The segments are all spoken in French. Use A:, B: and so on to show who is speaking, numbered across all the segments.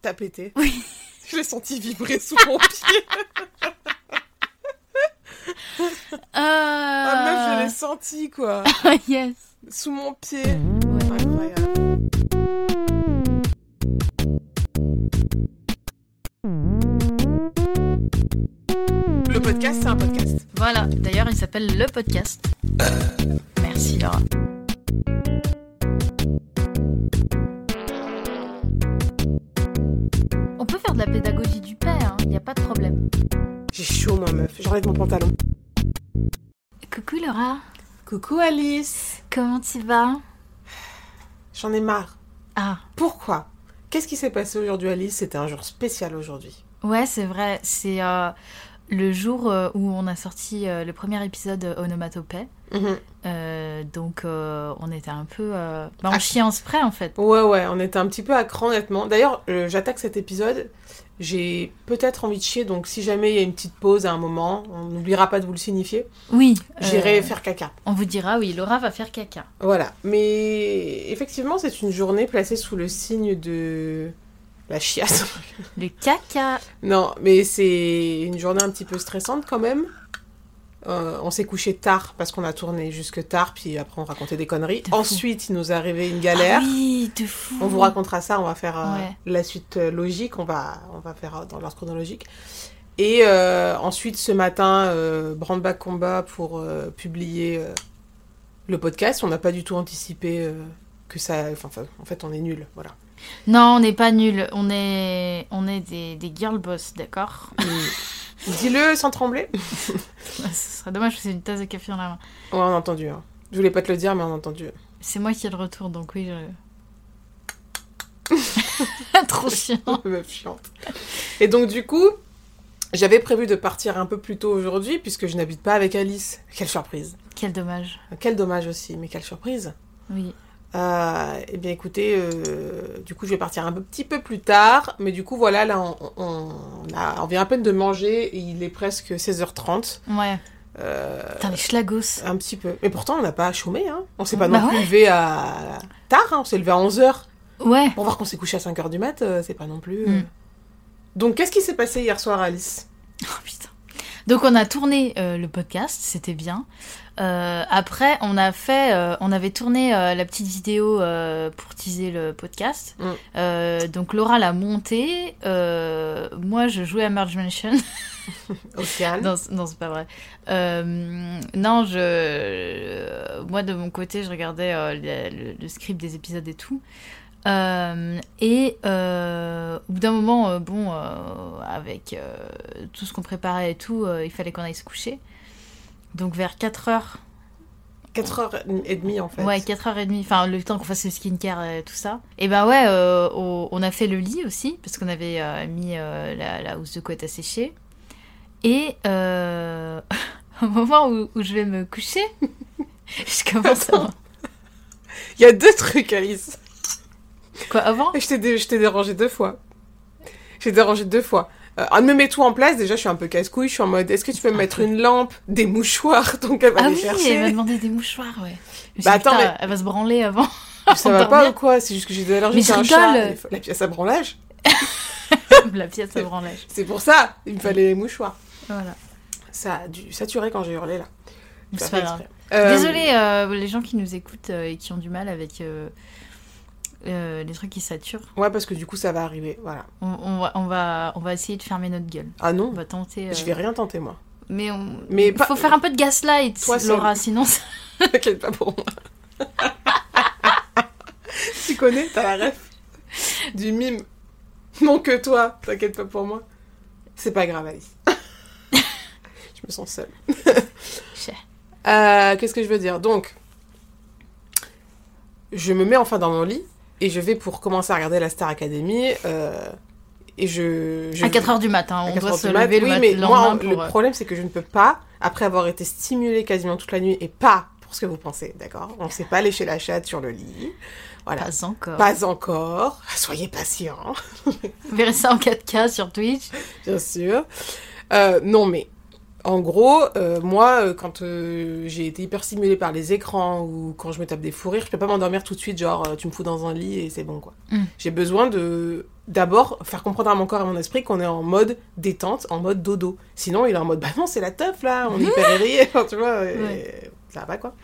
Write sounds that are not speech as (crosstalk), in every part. A: T'as pété
B: Oui.
A: (laughs) Je l'ai senti vibrer sous mon (laughs) pied.
B: Euh...
A: Ah, meuf, je l'ai senti, quoi.
B: Ah, (laughs) yes.
A: Sous mon pied.
B: Ouais.
A: Incroyable. Le podcast, c'est un podcast.
B: Voilà, d'ailleurs, il s'appelle Le Podcast. Merci Laura. On peut faire de la pédagogie du père, il n'y a pas de problème.
A: J'ai chaud, moi, meuf. J'enlève mon pantalon.
B: Coucou Laura,
A: Coucou, Alice.
B: comment tu vas
A: J'en ai marre.
B: Ah,
A: Pourquoi Qu'est-ce qui s'est passé aujourd'hui, Alice C'était un jour spécial aujourd'hui.
B: ouais, c'est vrai, c'est euh, le jour euh, où on a sorti euh, le premier épisode euh, Onomatopée.
A: Mhm.
B: Euh, donc euh, on était un peu euh... bah, en
A: Ah.
B: chiance près en fait.
A: Ouais, ouais, on était un petit peu à cran, honnêtement. D'ailleurs, euh, j'attaque cet épisode. J'ai peut-être envie de chier, donc si jamais il y a une petite pause à un moment, on n'oubliera pas de vous le signifier.
B: Oui. euh,
A: J'irai faire caca.
B: On vous dira oui, Laura va faire caca.
A: Voilà. Mais effectivement, c'est une journée placée sous le signe de la chiasse. (laughs)
B: Le caca.
A: non, mais c'est une journée un petit peu stressante quand même. Euh, on s'est couché tard parce qu'on a tourné jusque tard, puis après on racontait des
B: (laughs)
A: conneries.
B: De fou.
A: Ensuite, il nous est arrivé une galère.
B: Ah oui, de fou.
A: On vous racontera ça, on va faire euh,
B: Ouais.
A: la suite euh, logique, on va, on va faire euh, dans l'ordre chronologique. Et euh, ensuite, ce matin, euh, Brandback Combat pour euh, publier euh, le podcast. On n'a pas du tout anticipé euh, que ça. Enfin, enfin, en fait, on est nul, voilà.
B: Non, on n'est pas nul. On est, on est des, des girl boss, d'accord (laughs)
A: Mm. Dis-le sans trembler. Ouais,
B: Ce serait dommage parce que c'est une tasse de café dans la main.
A: on a entendu. hein. Je voulais pas te le dire, mais on a entendu.
B: C'est moi qui ai le retour, donc oui. Je... (laughs) Trop chiant.
A: (laughs) Meuf chiante. Et donc, du coup, j'avais prévu de partir un peu plus tôt aujourd'hui puisque je n'habite pas avec Alice. Quelle surprise.
B: Quel dommage.
A: Quel dommage aussi, mais quelle surprise.
B: Oui.
A: Euh, eh bien, écoutez, euh, du coup, je vais partir un peu- petit peu plus tard. Mais du coup, voilà, là, on, on, on a- on vient à peine de manger. et il est presque 16h30.
B: Ouais.
A: Euh,
B: Putain, les schlagos.
A: un petit peu. Mais pourtant, on n'a pas chômé. Hein. On s'est pas
B: Bah
A: non plus levé à tard. hein. On s'est levé à 11h.
B: Ouais.
A: Pour voir qu'on s'est couché à 5h du mat, euh, c'est pas non plus. euh.
B: Mm.
A: Donc, qu'est-ce qui s'est passé hier soir, Alice
B: Oh, putain. Donc on a tourné euh, le podcast, c'était bien. Euh, après, on a fait, euh, on avait tourné euh, la petite vidéo euh, pour teaser le podcast.
A: Mm.
B: Euh, donc Laura l'a montée. Euh, moi, je jouais à Merge Mansion.
A: Au calme.
B: non, c'est- non, c'est pas vrai. Euh, non, je, euh, moi de mon côté, je regardais euh, le, le- le script des épisodes et tout. Euh, et euh, au bout d'un moment, euh, bon, euh, avec euh, tout ce qu'on préparait et tout, euh, il fallait qu'on aille se coucher. Donc vers 4 heures,
A: 4h30 en fait.
B: ouais, 4h30, enfin le temps qu'on fasse le skincare et tout ça. Et ben ouais, euh, on, on a fait le lit aussi, parce qu'on avait euh, mis euh, la, la housse de couette à sécher. Et euh, (laughs) au moment où, où je vais me coucher, (laughs) je commence à...
A: Il y a deux trucs, Alice.
B: Quoi, avant
A: Et Je t'ai dé- je t'ai dérangé deux fois. J'ai dérangé deux fois. Euh, un, me mets tout en place. Déjà, je suis un peu casse-couille. Je suis en mode, est-ce que tu peux me
B: Un
A: mettre
B: peu.
A: une lampe, des mouchoirs (laughs) Donc, elle va
B: Ah
A: les
B: oui, elle m'a
A: chercher.
B: demandé des mouchoirs, ouais. Je
A: Bah
B: me suis dit,
A: attends,
B: putain,
A: mais-
B: Elle va se branler avant. (laughs)
A: Ça va pas
B: dormir.
A: ou quoi C'est juste que j'ai des allergies
B: Mais je
A: à un
B: rigole.
A: chat. Il faut- La pièce à branlage.
B: la pièce se branlait.
A: C'est pour ça. Il me fallait les mouchoirs.
B: Voilà.
A: Ça a dû saturer quand j'ai hurlé là.
B: C'est
A: fait
B: pas grave.
A: exprès. Euh,
B: Désolée, euh, les gens qui nous écoutent euh, et qui ont du mal avec euh, euh, les trucs qui saturent.
A: Ouais, parce que du coup, ça va arriver. Voilà.
B: On, on va, on, va, on va essayer de fermer notre gueule.
A: Ah non,
B: On va tenter. euh,
A: je vais rien tenter moi.
B: Mais on.
A: Mais pas-
B: faut faire un peu de gaslight,
A: Toi seule.
B: Laura, sinon. ça-
A: (laughs) T'inquiète pas pour moi. (laughs) tu connais, t'as la ref du mime. Non que toi, t'inquiète pas pour moi. C'est pas grave, (laughs) Alice. je me sens seule.
B: Cher.
A: (laughs) Euh, Qu'est-ce que je veux dire Donc, je me mets enfin dans mon lit et je vais pour commencer à regarder la Star Academy. euh, et je, je
B: À 4h du matin,
A: à
B: on
A: quatre
B: doit
A: heures
B: se
A: du mat.
B: lever le,
A: Oui,
B: mat-
A: mais
B: le
A: moi,
B: lendemain
A: en- le
B: pour. euh,
A: problème, c'est que je ne peux pas, après avoir été stimulée quasiment toute la nuit, et pas pour ce que vous pensez, d'accord On ne s'est pas léché la chatte sur le lit. Voilà.
B: Pas encore.
A: Pas encore. Soyez patients, (laughs)
B: Vous verrez ça en 4K sur Twitch.
A: bien sûr. Euh, non, mais En gros, euh, moi, euh, quand euh, j'ai été hyper stimulée par les écrans ou quand je me tape des fous rires, je peux pas m'endormir tout de suite, genre euh, tu me fous dans un lit et c'est bon quoi.
B: Mm.
A: J'ai besoin de d'abord faire comprendre à mon corps et à mon esprit qu'on est en mode détente, en mode dodo. Sinon, il est en mode bah non, c'est la teuf là, on est hyper éveillé, (laughs) Enfin, tu vois, et-
B: Ouais.
A: ça va pas quoi.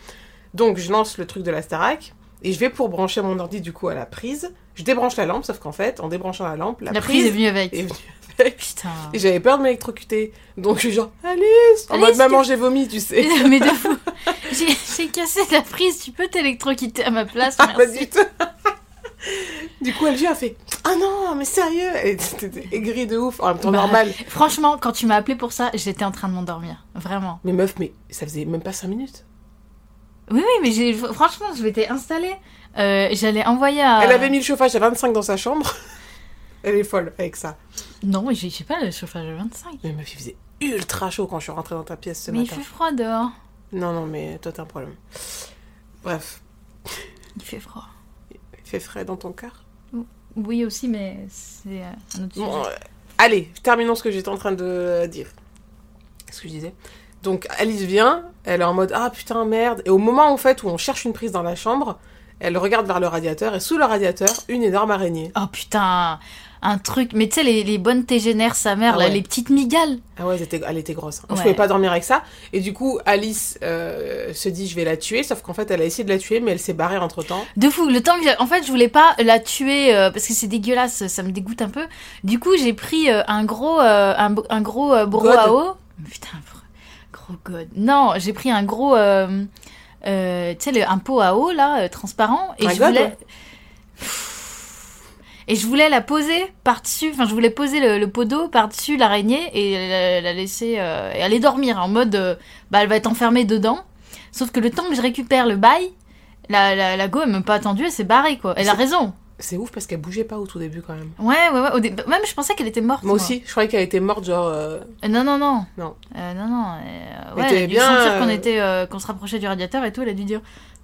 A: Donc je lance le truc de la Starac et je vais pour brancher mon ordi du coup à la prise. Je débranche la lampe, sauf qu'en fait, en débranchant la lampe, la,
B: La, prise est venue avec.
A: est venue avec.
B: Putain.
A: Et j'avais peur de m'électrocuter. Donc je suis genre, Alice En mode
B: Alice,
A: maman, j'ai vomi, tu
B: (laughs)
A: sais.
B: Mais de fou. J'ai- J'ai cassé la prise, tu peux t'électrocuter à ma place,
A: Ah, pas
B: merci.
A: du tout. du coup, Algie a fait Ah non, mais sérieux Et t'étais aigrie de ouf, en même temps
B: Bah.
A: normal.
B: Franchement, quand tu m'as appelé pour ça, j'étais en train de m'endormir. Vraiment.
A: Mais meuf, mais ça faisait même pas 5 minutes.
B: Oui, oui, mais j'ai- franchement, je m'étais installée. Euh, J'allais envoyer à.
A: Elle avait mis le chauffage à 25 dans sa chambre. (laughs) Elle est folle avec ça.
B: Non, mais j'ai j'ai pas le chauffage à 25.
A: Mais meuf, il faisait ultra chaud quand je suis rentrée dans ta pièce ce
B: mais il
A: matin.
B: fait froid dehors.
A: Non, non, mais toi, t'as un problème. Bref,
B: Il fait froid.
A: il fait frais dans ton cœur.
B: Oui, aussi, mais c'est euh, un autre
A: Bon,
B: sujet.
A: euh, allez, terminons ce que j'étais en train de dire. Ce que je disais. Donc Alice vient, elle est en mode ah putain merde et au moment en fait où on cherche une prise dans la chambre, elle regarde vers le radiateur et sous le radiateur une énorme araignée.
B: Oh putain, un truc. Mais tu sais, les, les bonnes tégénères, sa mère,
A: Ah
B: là,
A: ouais.
B: les petites migales.
A: Ah ouais, elle était, elle était grosse. hein. Je
B: Ouais.
A: pouvais pas dormir avec ça et du coup Alice euh, se dit je vais la tuer sauf qu'en fait elle a essayé de la tuer mais elle s'est barrée entre temps.
B: De fou, le temps que j'ai- En fait, je voulais pas la tuer euh, parce que c'est dégueulasse, ça me dégoûte un peu. Du coup, j'ai pris euh, un gros, euh, un, bo- un gros euh, bourreau
A: God.
B: à eau. Putain, br- gros god. Non, j'ai pris un gros, euh, euh, tu sais, le- un pot à eau là, euh, transparent, et
A: Un
B: je
A: god,
B: voulais.
A: ouais.
B: Et je voulais la poser par-dessus, enfin je voulais poser le, le pot d'eau par-dessus l'araignée et la, la laisser euh, et aller dormir en mode euh, bah elle va être enfermée dedans. Sauf que le temps que je récupère le bail, la, la, la go, elle m'a pas attendu, elle s'est barrée, quoi. Elle a
A: C'est-
B: raison.
A: C'est ouf parce qu'elle bougeait pas au tout début quand même.
B: Ouais, ouais, ouais. au dé- Même, je pensais qu'elle était morte.
A: Moi aussi, je croyais qu'elle était morte genre euh,
B: Euh, non, non, non.
A: Non.
B: Euh, non, non. euh,
A: Mais
B: ouais,
A: t'es
B: elle a dû
A: bien,
B: sentir qu'on
A: euh,
B: était, euh, qu'on se rapprochait du radiateur et tout. Elle a dû dire.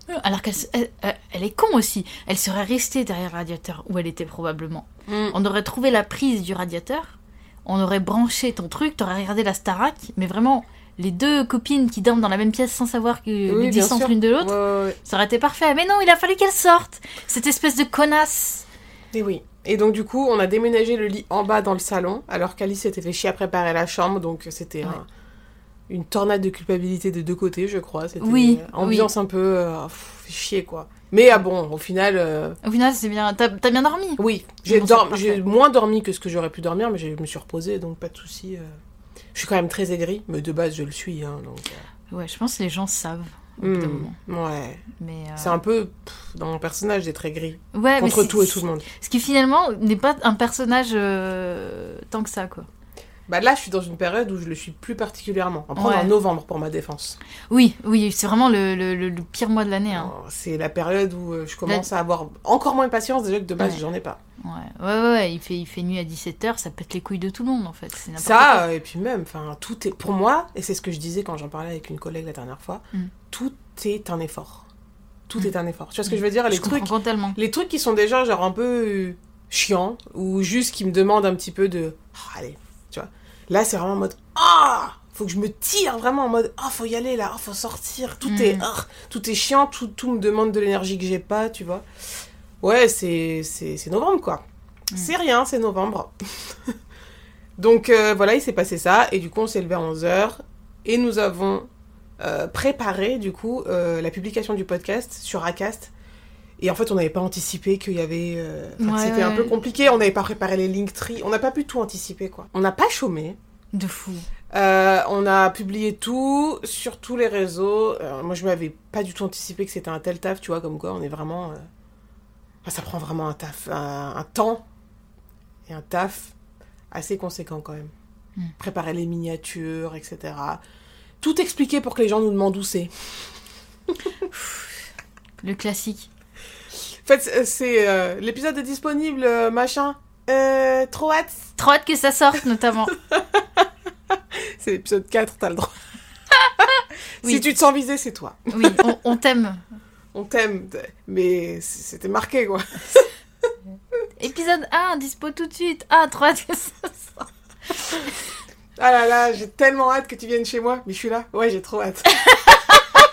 B: Euh, Alors qu'elle, se- elle, euh, elle est con aussi. Elle serait restée derrière le radiateur où elle était probablement.
A: hmm,
B: On aurait trouvé la prise du radiateur. On aurait branché ton truc. T'aurais regardé la Starac. Mais vraiment, les deux copines qui dorment dans la même pièce sans savoir que
A: Oui,
B: les
A: bien
B: distances
A: sûr.
B: l'une de l'autre,
A: ouais, ouais, ouais.
B: ça aurait été parfait. Mais non, il a fallu qu'elle sorte. Cette espèce de connasse.
A: Et oui. Et donc, du coup, on a déménagé le lit en bas dans le salon, alors qu'Alice s'était fait chier à préparer la chambre, donc c'était un-
B: Ouais.
A: une tornade de culpabilité de deux côtés, je crois. C'était
B: Oui,
A: euh, ambiance un peu euh, pff, fait chier, quoi. Mais ah bon, au final, euh,
B: Au final, c'est bien. T'as t'as bien dormi.
A: oui, j'ai
B: Bon, ça,
A: dorm-
B: parfait.
A: j'ai moins dormi que ce que j'aurais pu dormir, mais je me suis reposée, donc pas de souci. euh. Je suis quand même très aigrie, mais de base, je le suis, hein, donc... euh,
B: Ouais, je pense que les gens savent. Au bout d'un moment.
A: hmm, ouais,
B: Mais euh,
A: c'est un peu pff, dans mon personnage d'être aigrie,
B: ouais, mais
A: contre
B: c'est-
A: tout et tout le monde.
B: Ce qui finalement n'est pas un personnage euh, tant que ça, quoi.
A: Bah là, je suis dans une période où je le suis plus particulièrement. En prendre
B: Ouais.
A: en novembre pour ma défense.
B: Oui, oui, c'est vraiment le, le- le- le pire mois de l'année. hein.
A: Alors, Euh, C'est la période où euh, je commence à avoir encore moins de patience, déjà que de base,
B: Ouais.
A: j'en ai pas.
B: Ouais, ouais, ouais, ouais, Il fait, il fait nuit à 17h, ça pète les couilles de tout le monde, en fait. C'est n'importe quoi.
A: Ça, euh, et puis même, enfin, tout est. Pour moi, et c'est ce que je disais quand j'en parlais avec une collègue la dernière fois,
B: Mm.
A: tout est un effort. Tout
B: Mm.
A: est un effort. Tu vois ce que je veux dire Les
B: je
A: trucs
B: comprends pas tellement.
A: les trucs qui sont déjà genre un peu euh, chiants ou juste qui me demandent un petit peu de Ah, allez tu vois là c'est vraiment en mode ah faut que je me tire vraiment en mode ah faut y aller là ah, faut sortir tout
B: Mm.
A: est ah, tout est chiant tout tout me demande de l'énergie que j'ai pas tu vois ouais c'est c'est c'est novembre quoi
B: Mm.
A: c'est rien c'est novembre donc euh, voilà il s'est passé ça et du coup on s'est levé à 11h et nous avons euh, préparé du coup euh, la publication du podcast sur Acast et en fait on n'avait pas anticipé qu'il y avait euh, enfin, que
B: Ouais,
A: c'était un
B: ouais.
A: peu compliqué on n'avait pas préparé les Linktree on n'a pas pu tout anticiper quoi on n'a pas chômé
B: De fou.
A: Euh, on a publié tout sur tous les réseaux Euh, moi je m'avais pas du tout anticipé que c'était un tel taf tu vois comme quoi on est vraiment euh, enfin, ça prend vraiment un taf un, un temps et un taf assez conséquent quand même
B: Mm.
A: préparer les miniatures etc tout expliquer pour que les gens nous demandent où c'est
B: Le classique.
A: En fait, c'est- c'est euh, l'épisode est disponible, euh, machin. Euh, trop hâte.
B: Trop hâte que ça
A: (laughs)
B: sorte, notamment.
A: C'est l'épisode 4, t'as le droit.
B: Oui.
A: Si tu te sens visé, c'est toi.
B: oui, on, on t'aime.
A: On t'aime, t- mais c- c'était marqué, quoi.
B: Épisode 1, dispo tout de suite. Ah, trop hâte que ça sorte.
A: Ah là là, j'ai tellement hâte que tu viennes chez moi, mais je suis là. Ouais, j'ai trop hâte.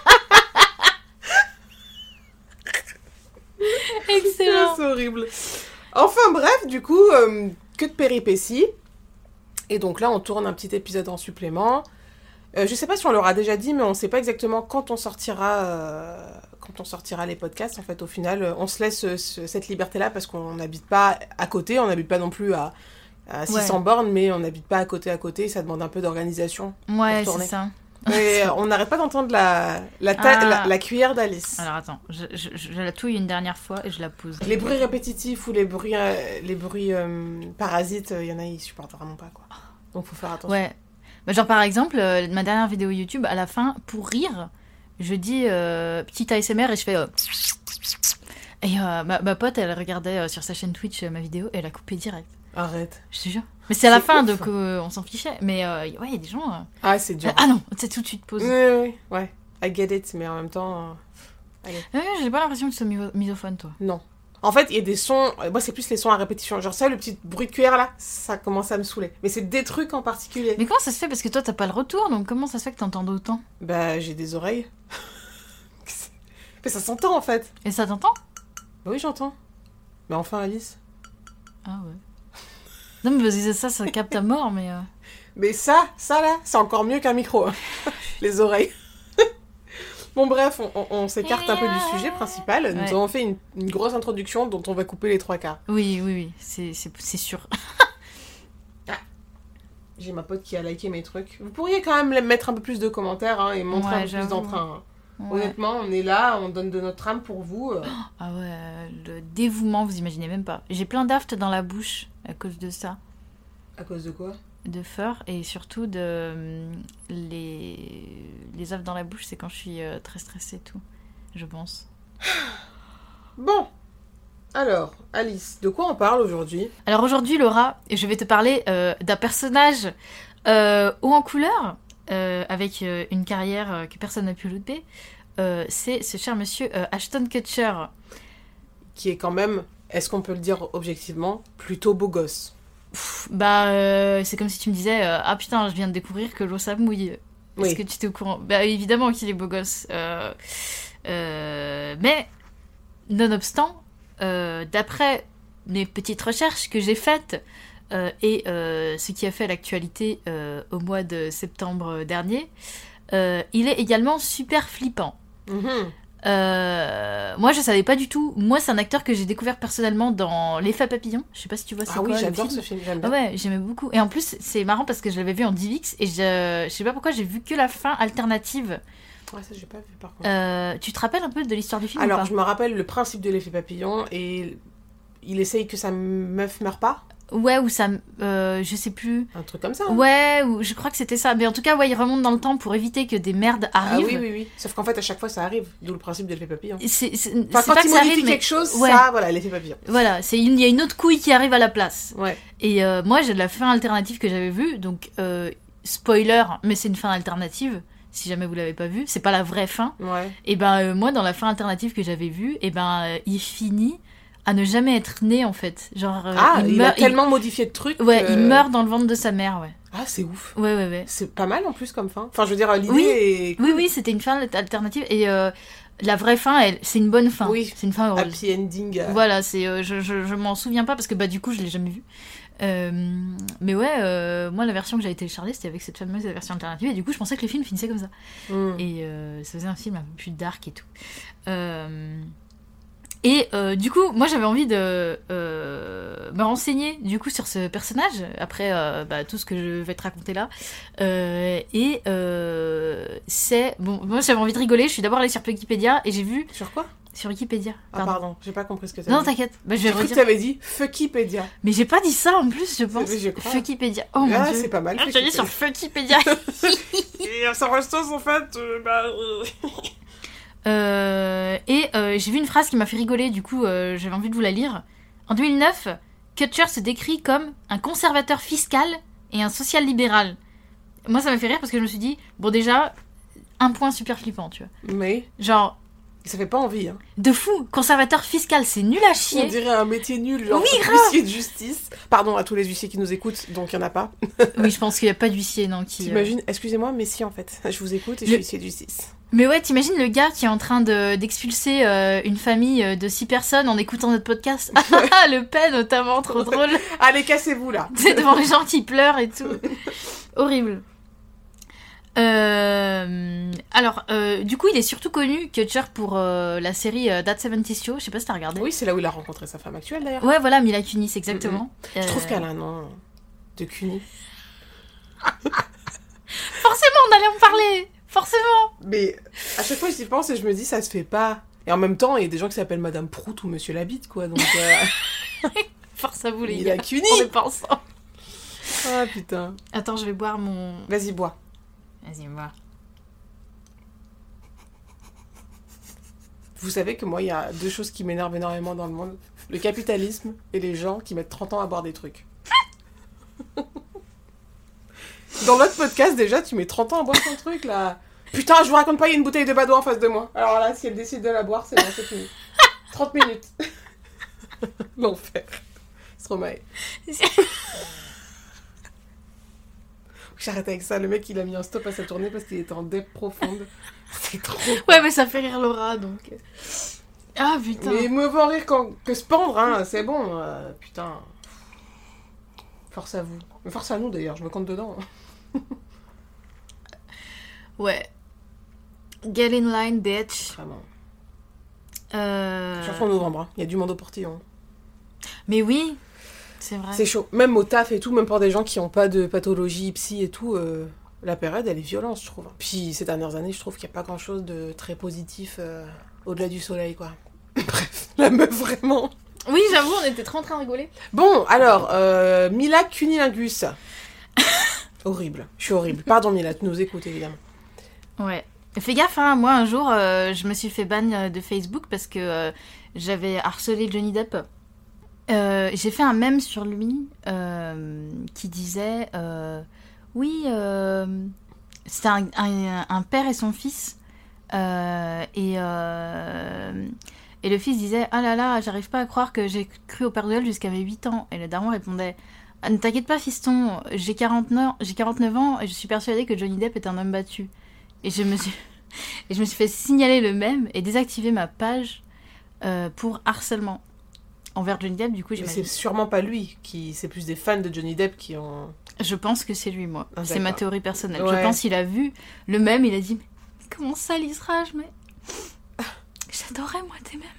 A: (laughs)
B: Excellent.
A: C'est horrible. Enfin bref, du coup, euh, que de péripéties. Et donc là, on tourne un petit épisode en supplément. Euh, je sais pas si on l'aura déjà dit, mais on sait pas exactement quand on sortira, euh, quand on sortira les podcasts. En fait, au final, euh, on se laisse euh, ce- cette liberté-là parce qu'on n'habite pas à côté, on n'habite pas non plus à, à 600 bornes, mais on n'habite pas à côté à côté. Ça demande un peu d'organisation.
B: Ouais,
A: Retourner.
B: c'est ça.
A: Et euh, on n'arrête pas d'entendre la, la, ta-
B: Ah.
A: la- la cuillère d'Alice.
B: Alors attends, je, je- je la touille une dernière fois et je la pose.
A: Les bruits répétitifs ou les bruits, euh, les bruits euh, parasites, euh, il y en a, ils supportent vraiment pas quoi. Donc faut faire attention.
B: Ouais. Bah, genre par exemple, euh, ma dernière vidéo YouTube, à la fin, pour rire, je dis euh, petit ASMR et je fais... euh, et euh, ma, ma pote, elle regardait euh, sur sa chaîne Twitch euh, ma vidéo et elle a coupé direct.
A: Arrête.
B: Je te jure. Mais c'est à la
A: C'est
B: fin,
A: ouf.
B: donc euh, on s'en fichait. Mais euh, ouais, il y a des gens... euh,
A: Ah, c'est dur.
B: Ah non, c'est tout de suite pause.
A: Oui, oui, oui. ouais. I get it, mais en même temps. euh,
B: Ouais, j'ai pas l'impression que tu sois miso- misophone, toi.
A: Non. En fait, il y a des sons. euh, Moi, c'est plus les sons à répétition. Genre ça, le petit bruit de cuillère là, ça commence à me saouler. Mais c'est des trucs en particulier.
B: Mais comment ça se fait Parce que toi, t'as pas le retour, donc comment ça se fait que t'entends autant
A: Bah, j'ai des oreilles. (laughs) mais ça s'entend en fait.
B: Et ça t'entend
A: Bah oui, j'entends. Mais enfin, Alice.
B: Ah ouais. Non, mais parce que ça, ça capte à mort, mais. euh,
A: Mais ça, ça là, c'est encore mieux qu'un micro.
B: (laughs)
A: hein. Les oreilles. (laughs) bon bref, on, on- on s'écarte un peu du sujet principal. Nous
B: Ouais.
A: avons fait une, une grosse introduction dont on va couper les trois quarts.
B: Oui, oui, oui, c'est- c'est c'est sûr.
A: J'ai ma pote qui a liké mes trucs. Vous pourriez quand même les- mettre un peu plus de commentaires hein, et montrer
B: Ouais,
A: un peu plus
B: j'avoue.
A: d'entrain. hein.
B: Ouais.
A: Honnêtement, on est là, on donne de notre âme pour vous.
B: (gasps)
A: euh.
B: Ah ouais, euh, le dévouement, vous imaginez même pas. J'ai plein d'aft dans la bouche à cause de ça,
A: à cause de quoi
B: de fur, et surtout de. euh, Les, les aftes dans la bouche, c'est quand je suis euh, très stressée et tout, je pense.
A: Bon. Alors, Alice, de quoi on parle aujourd'hui
B: Alors aujourd'hui, Laura, je vais te parler euh, d'un personnage euh, haut en couleur, euh, avec euh, une carrière euh, que personne n'a pu louper. Euh, c'est ce cher monsieur euh, Ashton Kutcher.
A: Qui est quand même, est-ce qu'on peut le dire objectivement, plutôt beau gosse.
B: Pff, bah, euh, c'est comme si tu me disais euh, Ah putain, je viens de découvrir que l'eau ça mouille. Est-ce
A: Oui.
B: que tu t'es au courant Bah, évidemment qu'il est beau gosse. Euh, euh, mais, nonobstant, euh, d'après mes petites recherches que j'ai faites euh, et euh, ce qui a fait l'actualité euh, au mois de septembre dernier, euh, il est également super flippant.
A: Mhm.
B: Euh, moi, je savais pas du tout. Moi, c'est un acteur que j'ai découvert personnellement dans L'Effet Papillon. Je sais pas si tu vois c'est
A: Ah oui,
B: quoi le
A: j'adore
B: film.
A: ce film, j'aime
B: Ah
A: bien.
B: ouais, j'aimais beaucoup. Et en plus, c'est marrant parce que je l'avais vu en DivX et je, je sais pas pourquoi j'ai vu que la fin alternative.
A: Ouais, ça, j'ai pas vu par contre.
B: Euh, tu te rappelles un peu de l'histoire du film
A: Alors,
B: ou
A: je me rappelle le principe de l'effet papillon et il essaye que sa meuf meure pas.
B: pas Ouais, ou ça. euh, je sais plus.
A: Un truc comme ça. hein.
B: Ouais, ou je crois que c'était ça. Mais en tout cas, ouais, il remonte dans le temps pour éviter que des merdes
A: Ah
B: arrivent.
A: oui, oui, oui. Sauf qu'en fait, à chaque fois, ça arrive. D'où le principe de l'effet papillon.
B: C'est c'est-
A: Enfin,
B: c'est
A: quand
B: pas que
A: il
B: ça
A: modifie
B: arrive, mais
A: quelque chose,
B: ouais.
A: ça, voilà, l'effet papillon.
B: voilà, c'est une- il y a une autre couille qui arrive à la place.
A: Ouais.
B: Et euh, moi, j'ai de la fin alternative que j'avais vue, donc euh, spoiler, mais c'est une fin alternative. Si jamais vous l'avez pas vue, c'est pas la vraie fin.
A: Ouais.
B: Et ben euh, moi dans la fin alternative que j'avais vue, et ben euh, il finit à ne jamais être né en fait. Genre euh,
A: ah, il, a
B: meurt
A: tellement modifié de trucs.
B: il- Ouais,
A: que-
B: il meurt dans le ventre de sa mère, ouais.
A: Ah, c'est ouf.
B: Ouais ouais ouais.
A: C'est pas mal en plus comme fin. Enfin, je veux dire, l'idée
B: Oui.
A: est
B: Oui oui, c'était une fin alternative et euh, la vraie fin elle c'est une bonne fin.
A: Oui.
B: C'est une fin heureuse.
A: happy ending. euh,
B: Voilà, c'est euh, je, je, je m'en souviens pas parce que bah du coup je l'ai jamais vu. Euh, mais ouais, euh, moi la version que j'avais téléchargée c'était avec cette fameuse version alternative et du coup je pensais que le film finissait comme ça.
A: hmm.
B: Et euh, ça faisait un film un peu plus dark et tout. Euh, et euh, du coup, moi j'avais envie de euh, me renseigner du coup sur ce personnage après euh, bah, tout ce que je vais te raconter là. Euh, et euh, c'est bon, moi j'avais envie de rigoler. Je suis d'abord allée sur Wikipédia et j'ai vu
A: Sur quoi
B: sur Wikipédia.
A: Ah,
B: Pardon.
A: pardon, j'ai pas compris ce que t'as
B: non,
A: dit.
B: t'inquiète. Bah, je
A: J'ai
B: vais
A: cru que
B: redire.
A: t'avais dit Fuckipédia.
B: Mais j'ai pas dit ça en plus, je pense.
A: Oui, je crois.
B: Wikipédia. Oh mon
A: ah,
B: dieu.
A: c'est pas mal.
B: Ah, j'ai dit sur Wikipédia.
A: Et ça reste en fait. euh, bah, euh,
B: Euh, et euh, j'ai vu une phrase qui m'a fait rigoler, du coup euh, j'avais envie de vous la lire. En 2009, Kutcher se décrit comme un conservateur fiscal et un social libéral. Moi ça m'a fait rire parce que je me suis dit, bon déjà, un point super flippant, tu vois.
A: Mais
B: Genre,
A: Ça fait pas envie. Hein.
B: De fou, conservateur fiscal, c'est nul à
A: On
B: chier.
A: dirait un métier nul, genre
B: Oui, grave.
A: huissier de justice. Pardon à tous les huissiers qui nous écoutent, donc il y en a pas.
B: Oui, je pense qu'il n'y a pas d'huissier, non, qui. euh,
A: T'imagines Excusez-moi, mais si en fait, (laughs) je vous écoute et je
B: Le-
A: suis huissier de justice.
B: Mais ouais, t'imagines le gars qui est en train de- d'expulser euh, une famille euh, de six personnes en écoutant notre podcast. Ah, ah, (laughs) le pain notamment, trop drôle.
A: Allez, cassez-vous là.
B: (laughs) C'est devant les gens qui pleurent et tout. Horrible. Euh, alors, euh, du coup, il est surtout connu, Kutcher, pour euh, la série euh, That 70 Show. Je sais pas si t'as regardé.
A: Ah Oui, c'est là où il a rencontré sa femme actuelle d'ailleurs.
B: Ouais, voilà, Mila Kunis, exactement.
A: Je trouve
B: Euh,
A: qu'elle a un nom de cuni.
B: Forcément, on allait en parler Forcément
A: Mais à chaque fois, j'y pense et je me dis, ça se fait pas. Et en même temps, il y a des gens qui s'appellent Madame Prout ou Monsieur Labitte, quoi. Donc,
B: (laughs)
A: euh,
B: Force à vous, les
A: il
B: gars.
A: a cuni.
B: On est pas ensemble.
A: Ah putain.
B: Attends, je vais boire mon...
A: Vas-y, bois.
B: Vas-y, bois.
A: Vous savez que moi, il y a deux choses qui m'énervent énormément dans le monde le capitalisme et les gens qui mettent 30 ans à boire des trucs. Dans notre podcast, déjà, tu mets 30 ans à boire ton truc, là. Putain, je vous raconte pas, il y a une bouteille de badois en face de moi. Alors là, si elle décide de la boire, c'est bon, c'est fini. 30 minutes. L'enfer. Stromae. J'arrête avec ça. Le mec, il a mis un stop à sa tournée parce qu'il était en dette profonde. C'est trop
B: Ouais, mais ça fait rire Laura, donc... Ah, putain
A: Mais me en rire quand... que se pendre, hein, c'est bon, euh, putain. Force à vous. Mais Force à nous d'ailleurs, je me compte dedans. hein.
B: Ouais. Get in line, bitch.
A: Vraiment.
B: Euh,
A: Chanson de novembre, hein. il y a du monde au portillon.
B: Mais oui, c'est vrai.
A: C'est chaud. Même au taf et tout, même pour des gens qui n'ont pas de pathologie psy et tout, euh, la période elle est violente, je trouve. hein. Puis ces dernières années, je trouve qu'il n'y a pas grand chose de très positif euh, au-delà du soleil, quoi. (laughs) Bref, la meuf vraiment.
B: Oui, j'avoue, on était trop en train de rigoler.
A: Bon, alors, euh, Mila Cunilingus. horrible, je suis horrible. Pardon Mila, tu nous écoutes évidemment.
B: Ouais. Fais gaffe, hein, moi un jour, euh, je me suis fait ban euh, de Facebook parce que euh, j'avais harcelé Johnny Depp. Euh, J'ai fait un mème sur lui euh, qui disait euh, Oui, euh, c'était un, un- un père et son fils. euh, et, euh, et le fils disait Ah là là, j'arrive pas à croire que j'ai cru au Père Noël jusqu'à mes 8 ans. Et le daron répondait Ah, Ne t'inquiète pas, fiston, j'ai 49, j'ai 49 ans et je suis persuadée que Johnny Depp est un homme battu. Et je me suis, (laughs) et je me suis fait signaler le même et désactiver ma page euh, pour harcèlement envers Johnny Depp. Du coup,
A: Mais
B: j'imagine.
A: c'est sûrement pas lui, qui c'est plus des fans de Johnny Depp qui ont.
B: Je pense que c'est lui, moi.
A: Ah,
B: c'est ma
A: d'accord.
B: théorie personnelle. Je
A: Ouais.
B: pense qu'il a vu le même, il a dit Mais Comment ça, l'Israge Mais j'adorais, moi, tes mêmes.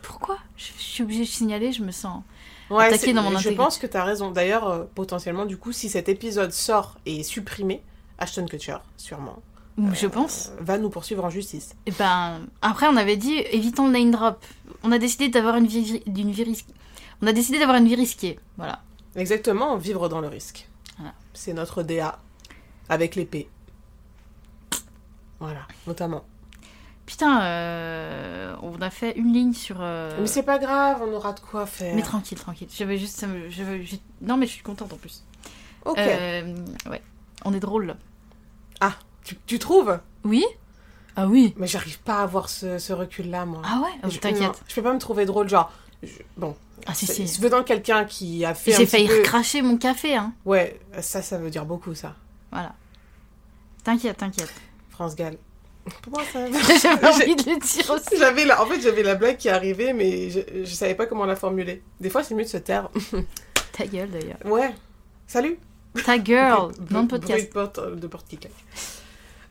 B: Pourquoi je, je suis obligée de signaler, je me sens.
A: Ouais,
B: Attaqué
A: c'est-
B: dans mon
A: je
B: intégrité.
A: pense que t'as raison. D'ailleurs, euh, potentiellement, du coup, si cet épisode sort et est supprimé, Ashton Kutcher, sûrement,
B: Ou Je pense.
A: euh, va nous poursuivre en justice.
B: Et ben, après, on avait dit Évitons le name drop. On a décidé d'avoir une vie, d'une vie risquée. On a décidé d'avoir une vie risquée. Voilà.
A: Exactement, vivre dans le risque.
B: Voilà.
A: C'est notre DA, avec l'épée. Voilà, notamment.
B: Putain, euh, on a fait une ligne sur. euh,
A: Mais c'est pas grave, on aura de quoi faire.
B: mais tranquille, tranquille. Je vais juste. ça me- Je veux, je- Non, mais je suis contente en plus.
A: Ok,
B: Euh, ouais. On est drôle.
A: tu, tu trouves
B: Oui Ah oui
A: Mais j'arrive pas à avoir ce, ce recul-là, moi.
B: Ah ouais Ah,
A: Je- non,
B: T'inquiète.
A: Je peux pas me trouver drôle, genre. je- Bon,
B: Ah si,
A: c'est-
B: si.
A: venant de quelqu'un qui a fait. un
B: J'ai
A: petit
B: failli
A: peu-
B: cracher mon café, hein.
A: Ouais, ça, ça veut dire beaucoup, ça.
B: Voilà. T'inquiète, t'inquiète. (laughs)
A: France Gall. Comment ça (laughs)
B: J'avais envie de le dire aussi.
A: J'avais la... En fait, j'avais la blague qui arrivait, mais je, je savais pas comment la formuler. Des fois, c'est mieux de se taire.
B: (laughs)
A: (laughs)
B: Ta gueule, d'ailleurs.
A: Ouais. Salut
B: Ta girl
A: Bru-
B: Dans le
A: bruit
B: podcast.
A: de porte, de porte qui claque.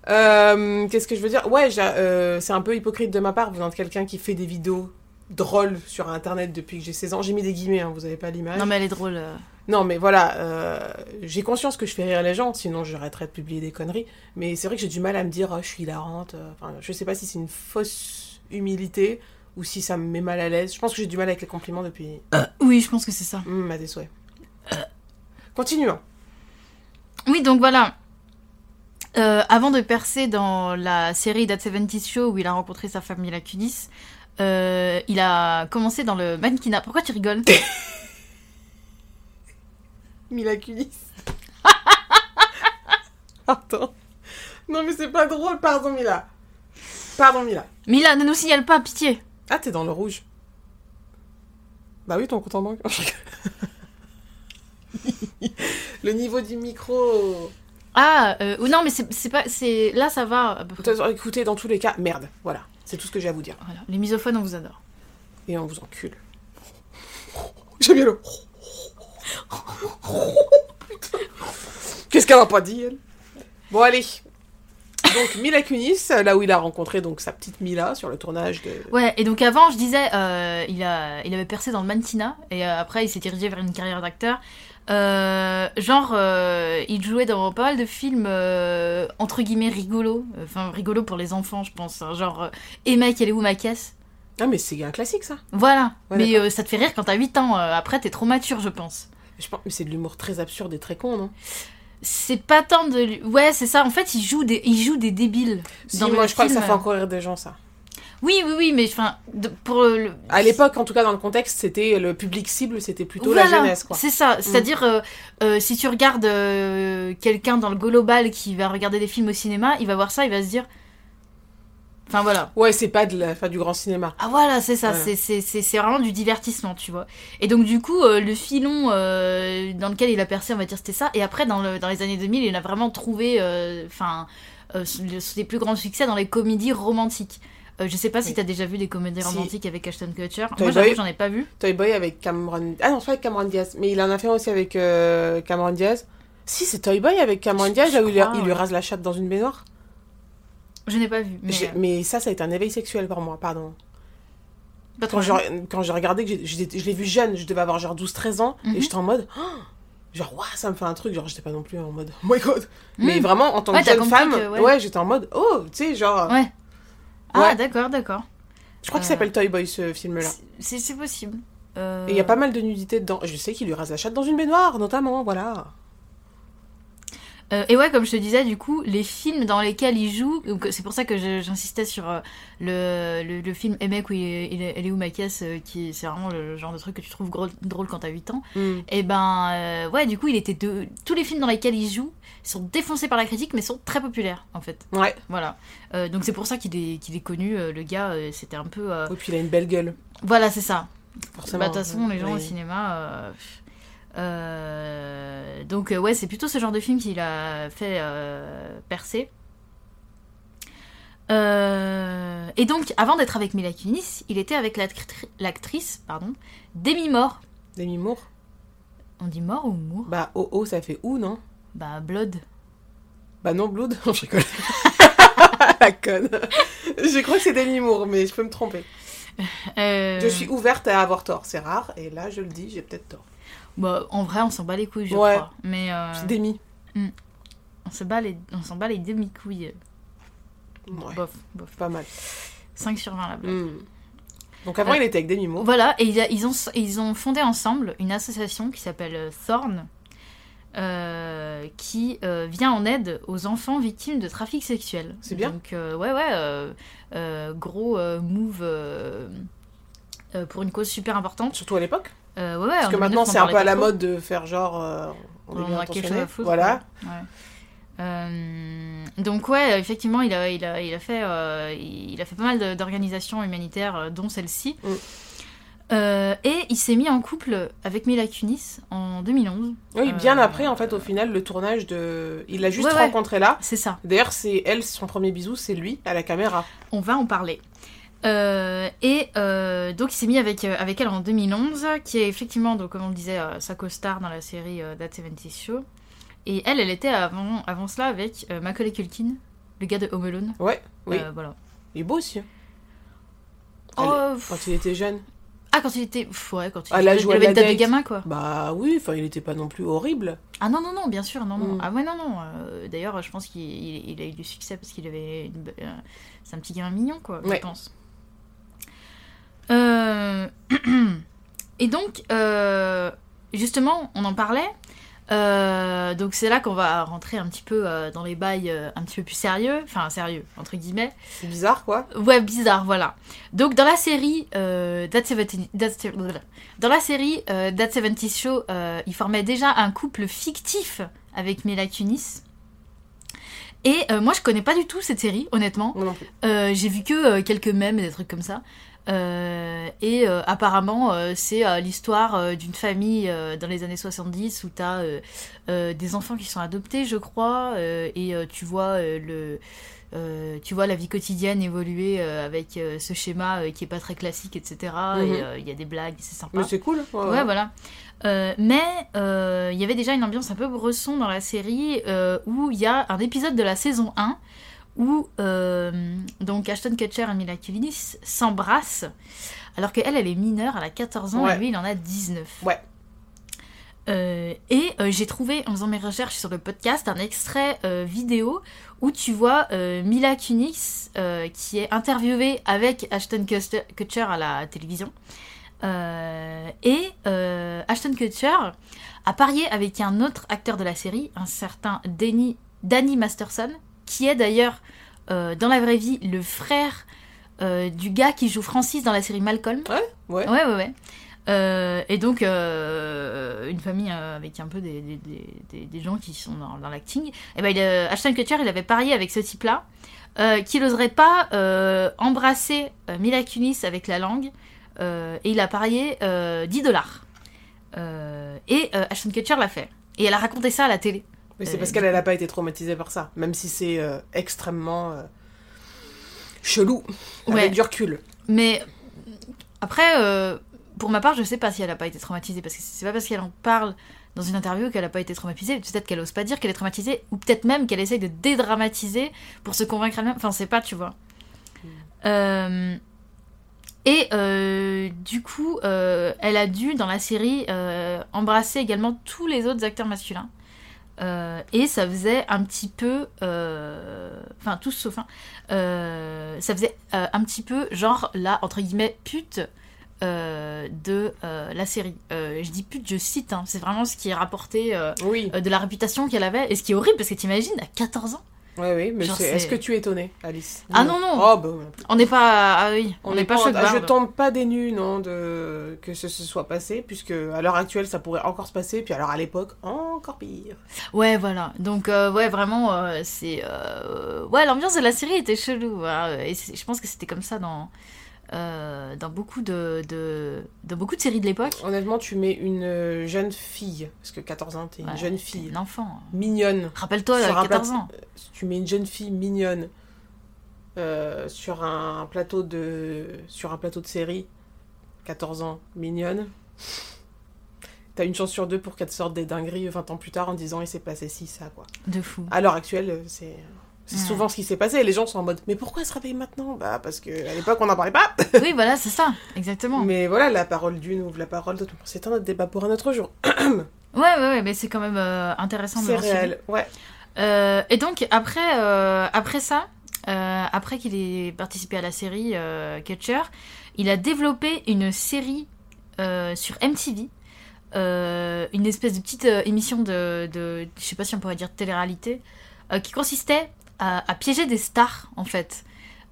A: Euh, Qu'est-ce que je veux dire Ouais, j'ai- euh, c'est un peu hypocrite de ma part, venant de quelqu'un qui fait des vidéos drôles sur Internet depuis que j'ai 16 ans. J'ai mis des guillemets, hein, vous avez pas l'image.
B: Non, mais elle est drôle. euh.
A: Non, mais voilà, euh, j'ai conscience que je fais rire les gens, sinon j'arrêterais de publier des conneries. Mais c'est vrai que j'ai du mal à me dire, Ah, je suis hilarante. euh, Enfin, je sais pas si c'est une fausse humilité ou si ça me met mal à l'aise. Je pense que j'ai du mal avec les compliments depuis.
B: Oui, je pense que c'est ça.
A: Hum, à des souhaits. Continuons.
B: Oui, donc voilà. Euh, avant de percer dans la série That 70 Show où il a rencontré sa famille Lacunis, euh, il a commencé dans le mannequinat. Pourquoi tu (laughs) rigoles
A: Mila (laughs) Kunis. Pardon. Non, mais c'est pas drôle, pardon, Mila. Pardon, Mila.
B: Mila, ne nous signale pas, pitié.
A: Ah, t'es dans le rouge. Bah oui, ton compte en banque. (laughs) le niveau du micro.
B: Ah, euh, ou non, mais c'est c'est pas. c'est Là, ça va. à peu près.
A: Écoutez, dans tous les cas, merde. Voilà, c'est tout ce que j'ai à vous dire.
B: Voilà. Les misophones, on vous adore.
A: Et on vous encule. J'aime bien le. Qu'est-ce qu'elle a pas dit, elle Bon, allez. Donc, Mila Kunis, là où il a rencontré donc sa petite Mila sur le tournage de.
B: Ouais, et donc avant, je disais, euh, il, a, il avait percé dans le mannequinat, et euh, après, il s'est dirigé vers une carrière d'acteur. Euh, genre, euh, il jouait dans pas mal de films, euh, entre guillemets, rigolos. Enfin, rigolos pour les enfants, je pense. hein. Genre, et mec, elle est où ma caisse
A: Ah, mais c'est un classique, ça.
B: Voilà.
A: Ouais,
B: mais
A: d'accord.
B: euh, ça te fait rire quand t'as 8 ans. euh, après, t'es trop mature, je pense.
A: Je pense, mais c'est de l'humour très absurde et très con, non
B: C'est pas tant de... lui- Ouais, c'est ça. En fait, il joue des, il joue des débiles.
A: Si,
B: Dans le
A: moi, je crois que ça
B: film,
A: fait
B: euh,
A: encore rire des gens, ça.
B: Oui, oui, oui, mais enfin, de- pour le... le-
A: À l'époque, en tout cas, dans le contexte, c'était le public cible, c'était plutôt la
B: Voilà,
A: jeunesse, quoi.
B: C'est ça, c'est-à-dire euh, euh, si tu regardes euh, quelqu'un dans le global qui va regarder des films au cinéma, il va voir ça, il va se dire, enfin voilà,
A: Ouais, c'est pas de la, pas du grand cinéma.
B: ah voilà, c'est ça,
A: Voilà.
B: c'est- c'est c'est- c'est vraiment du divertissement, tu vois. Et donc du coup, euh, le filon euh, dans lequel il a percé, on va dire, c'était ça. Et après, dans, le, dans les années 2000, il a vraiment trouvé, euh, enfin, euh, le- ses plus grands succès dans les comédies romantiques. Euh, je sais pas si
A: Oui.
B: t'as déjà vu des comédies
A: Si.
B: romantiques avec Ashton Kutcher.
A: T'as
B: Moi,
A: déjà
B: j'avoue,
A: eu
B: j'en ai pas vu.
A: Toy Boy avec Cameron. Ah non, c'est pas avec Cameron Diaz, mais il en a fait un aussi avec euh, Cameron Diaz. Si, c'est Toy Boy avec Cameron
B: Je-
A: Diaz,
B: je
A: là où il, lui-
B: crois,
A: il lui
B: ouais.
A: rase la chatte dans une baignoire.
B: Je n'ai pas vu. Mais...
A: J'ai- Mais ça, ça a été un éveil sexuel pour moi, pardon.
B: Pas trop
A: Quand j'ai quand j'ai regardé, que j'ai- j'étais- je l'ai vu jeune, je devais avoir genre 12-13 ans,
B: Mhm.
A: et j'étais en mode. Oh genre, ouah, ça me fait un truc. Genre, j'étais pas non plus en mode. Oh my god.
B: Mm.
A: Mais vraiment, en tant
B: Ouais,
A: que
B: t'as
A: jeune
B: compris
A: femme,
B: que, ouais.
A: ouais, j'étais en mode. Oh, tu sais, genre.
B: Ouais. Ah,
A: Ouais.
B: d'accord, d'accord.
A: Je crois qu'il
B: Euh.
A: s'appelle Toy Boy ce film-là.
B: C'est c'est possible. Euh,
A: Et il y a pas mal de nudité dedans. Je sais qu'il lui rase la chatte dans une baignoire, notamment, voilà.
B: euh, et ouais, comme je te disais, du coup, les films dans lesquels il joue, donc, c'est pour ça que je- j'insistais sur euh, le, le, le film Emek où il est, il est- elle est où ma caisse, euh, qui c'est vraiment le genre de truc que tu trouves gro- drôle quand t'as 8 ans.
A: Mm.
B: Et ben, euh, ouais, du coup, il était de... tous les films dans lesquels il joue sont défoncés par la critique, mais sont très populaires en fait.
A: Ouais.
B: Voilà. Euh, donc c'est pour ça qu'il est, qu'il est connu. euh, le gars, euh, c'était un peu. euh,
A: Et puis il a une belle gueule,
B: Voilà, c'est ça.
A: forcément.
B: Bah, De toute façon, les gens
A: Oui.
B: au cinéma. euh, euh, donc, euh, ouais, c'est plutôt ce genre de film qu'il a fait euh, percer. Euh, et donc, avant d'être avec Mila Kunis, il était avec l'actri- l'actrice pardon, Demi Moore.
A: Demi Moore
B: On dit mort ou Moore
A: Bah, oh oh, ça fait où, non
B: Bah, Blood.
A: Bah, non, Blood (laughs) Non, je rigole.
B: (laughs)
A: La conne. Je crois que c'est Demi Moore, mais je peux me tromper.
B: Euh,
A: Je suis ouverte à avoir tort, c'est rare, et là, je le dis, j'ai peut-être tort.
B: bah, en vrai, on s'en bat les couilles, je
A: Ouais.
B: crois. Mais euh,
A: C'est Demi.
B: on se bat les- on s'en bat les demi-couilles.
A: Ouais,
B: Bof, bof.
A: pas mal.
B: 5 sur 20 la blague.
A: Mm. Donc, avant,
B: Euh.
A: il était avec Demi Moore.
B: Voilà, et il y a- ils ont, ils ont fondé ensemble une association qui s'appelle euh, Thorn, euh, qui euh, vient en aide aux enfants victimes de trafic sexuel.
A: C'est bien.
B: Donc, euh, ouais, ouais, euh, euh, gros euh, move euh, euh, pour une cause super importante.
A: Surtout à l'époque.
B: Euh, ouais, ouais,
A: Parce
B: en
A: que maintenant,
B: 2009, on
A: c'est un peu à la
B: parlait pas
A: mode de faire genre. euh, on
B: trop.
A: est
B: On
A: bien
B: a quelque chose
A: intentionné.
B: à foutre.
A: Voilà.
B: ouais. Ouais. Euh, donc ouais, effectivement, il a, il a, il a, fait, euh, il a fait pas mal de- d'organisations humanitaires, euh, dont celle-ci.
A: Mm.
B: Euh, et il s'est mis en couple avec Mila Kunis en 2011.
A: Oui, bien
B: Euh,
A: après, en fait, au final, le tournage de. Il l'a juste
B: Ouais, ouais.
A: rencontré là.
B: C'est ça,
A: D'ailleurs, c'est elle, son premier bisou, c'est lui à la caméra.
B: on va en parler. Euh, et euh, donc il s'est mis avec, euh, avec elle en 2011, qui est effectivement, donc, comme on le disait, euh, sa co-star dans la série euh, That 70 Show. Et elle, elle était avant, avant cela avec euh, Macaulay Culkin, le gars de Home Alone.
A: Ouais, oui.
B: Euh, voilà.
A: Il est beau aussi. hein, Elle-
B: Oh, pff.
A: Quand Ah, il était jeune.
B: Ah, quand il était. Pff, ouais, quand il
A: À
B: était.
A: l'âge
B: il
A: où elle
B: avait une
A: l'a
B: tête de
A: date.
B: gamin, quoi.
A: Bah oui, enfin, il était pas non plus horrible.
B: Ah non, non, non, bien sûr, non, non.
A: Mm.
B: Ah ouais, non, non. euh, D'ailleurs, je pense qu'il il- il a eu du succès parce qu'il avait. une be- euh, C'est un petit gamin mignon, quoi, je
A: Ouais.
B: pense. Euh, (clears throat) Et donc, euh, justement, on en parlait. Euh, donc c'est là qu'on va rentrer un petit peu euh, dans les bails euh, un petit peu plus sérieux, enfin sérieux entre guillemets.
A: C'est bizarre, quoi.
B: Ouais, bizarre, voilà. Donc dans la série euh, That 70 That- dans la série euh, That 70 Show, euh, il formait déjà un couple fictif avec Mila Kunis. Et euh, moi, je connais pas du tout cette série, honnêtement.
A: Moi non plus.
B: Euh, j'ai vu que euh, quelques mèmes et des trucs comme ça. Euh, et euh, apparemment, euh, c'est euh, l'histoire euh, d'une famille euh, dans les années 70 où t'as euh, euh, des enfants qui sont adoptés, je crois, euh, et euh, tu vois euh, le. euh, tu vois la vie quotidienne évoluer euh, avec euh, ce schéma euh, qui est pas très classique, etc. Et
A: Mhm.
B: euh, il y a des blagues, c'est sympa.
A: Mais c'est cool. ouais,
B: Ouais, bah,
A: ouais.
B: voilà. Euh, mais euh, il y avait déjà une ambiance un peu bresson dans la série euh, où il y a un épisode de la saison 1 où euh, donc Ashton Kutcher et Mila Kunis s'embrassent alors qu'elle, elle est mineure, elle a 14 ans
A: Ouais.
B: et lui, il en a 19.
A: Ouais.
B: Euh, et euh, j'ai trouvé, en faisant mes recherches sur le podcast, un extrait euh, vidéo où tu vois euh, Mila Kunis euh, qui est interviewée avec Ashton Kutcher Kutcher à la télévision. Euh, et euh, Ashton Kutcher a parié avec un autre acteur de la série, un certain Danny, Danny Masterson, qui est d'ailleurs euh, dans la vraie vie le frère euh, du gars qui joue Francis dans la série Malcolm.
A: Ouais.
B: Ouais, ouais, ouais. Euh, et donc, euh, une famille euh, avec un peu des, des, des- des- des gens qui sont dans, dans l'acting. Et ben, il, euh, Ashton Kutcher, il avait parié avec ce type-là euh, qu'il n'oserait pas euh, embrasser euh, Mila Kunis avec la langue. euh, et il a parié euh, 10 dollars. Euh, et euh, Ashton Kutcher l'a fait. Et elle a raconté ça à la télé.
A: Mais
B: Euh,
A: c'est parce qu'elle n'a pas été traumatisée par ça, même si c'est euh, extrêmement euh, chelou,
B: Ouais.
A: avec du recul.
B: Mais après, euh, pour ma part, je sais pas si elle a pas été traumatisée parce que c'est pas parce qu'elle en parle dans une interview qu'elle a pas été traumatisée. Peut-être qu'elle ose pas dire qu'elle est traumatisée ou peut-être même qu'elle essaye de dédramatiser pour se convaincre elle-même. Enfin, c'est pas, tu vois. Euh, et euh, du coup, euh, elle a dû dans la série euh, embrasser également tous les autres acteurs masculins. Euh, et ça faisait un petit peu, euh, enfin tous sauf un, euh, ça faisait euh, un petit peu genre la entre guillemets pute euh, de euh, la série. Euh, je dis pute, je cite, hein, c'est vraiment ce qui est rapporté euh,
A: Oui,
B: euh, de la réputation qu'elle avait et ce qui est horrible parce que t'imagines à 14 ans,
A: oui, oui, mais
B: Genre,
A: c'est-
B: c'est-
A: est-ce que tu es étonnée, Alice
B: Ah non, non.
A: Oh, bah, ouais.
B: on n'est pas, ah oui, on
A: On
B: n'est
A: n'est
B: pas choc
A: ah, Je tombe pas des nues, non, de... que ce se soit passé, puisque à l'heure actuelle, ça pourrait encore se passer, puis alors à l'époque, encore pire.
B: Ouais, voilà. Donc, euh, ouais, vraiment, euh, c'est. euh, Ouais, l'ambiance de la série était chelou. hein. Et c'est- je pense que c'était comme ça dans, euh, dans, beaucoup de, de, dans beaucoup de séries de l'époque.
A: Honnêtement, tu mets une euh, jeune fille, parce que 14 ans, t'es une
B: Ouais,
A: jeune
B: t'es
A: fille,
B: Un enfant.
A: mignonne.
B: Rappelle-toi, elle
A: Sur
B: avait
A: un
B: 14
A: plate-
B: ans.
A: Si tu mets une jeune fille mignonne euh, sur un plateau de sur un plateau de série, 14 ans, mignonne, t'as une chance sur deux pour qu'elle te sorte des dingueries 20 ans plus tard en disant il s'est passé ci, ça, quoi.
B: De fou.
A: À l'heure actuelle, euh, c'est. C'est
B: Ouais.
A: souvent ce qui s'est passé. Et les gens sont en mode, mais pourquoi elle se réveille maintenant Bah, parce que à l'époque, on n'en parlait pas.
B: oui, voilà, c'est ça. Exactement.
A: Mais voilà, la parole d'une ouvre la parole d'autre. C'est un autre débat pour un autre jour.
B: Ouais, ouais, ouais, mais c'est quand même euh, intéressant de
A: C'est
B: le mentionner.
A: réel. Ouais.
B: Euh, et donc, après, euh, après ça, euh, après qu'il ait participé à la série euh, Catcher, il a développé une série euh, sur MTV, euh, une espèce de petite euh, émission de, de, je sais pas si on pourrait dire télé-réalité, euh, qui consistait à, à piéger des stars, en fait.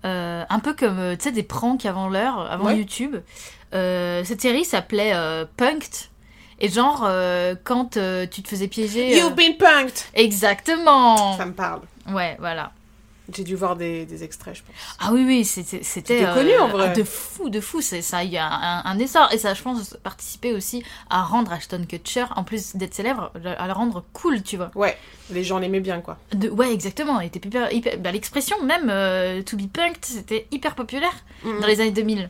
B: Euh, un peu comme, euh, tu sais, des pranks avant l'heure, avant
A: Ouais.
B: YouTube. Euh, cette série s'appelait euh, Punked. Et genre, euh, quand euh, tu te faisais piéger... euh,
A: You've been punked
B: Exactement.
A: Ça me parle.
B: Ouais, voilà.
A: J'ai dû voir des, des extraits, je pense.
B: Ah oui, oui, c'était c'était euh, ah,
A: C'était connu, en vrai.
B: de fou, de fou. C'est ça, il y a un, un essor et ça, je pense, participer aussi à rendre Ashton Kutcher, en plus d'être célèbre, le- à le rendre cool, tu vois.
A: Ouais. Les gens l'aimaient bien, quoi.
B: De, ouais, exactement. Il était hyper, hyper- bah, l'expression même euh, to be punked, c'était hyper populaire
A: Mm.
B: dans les années 2000.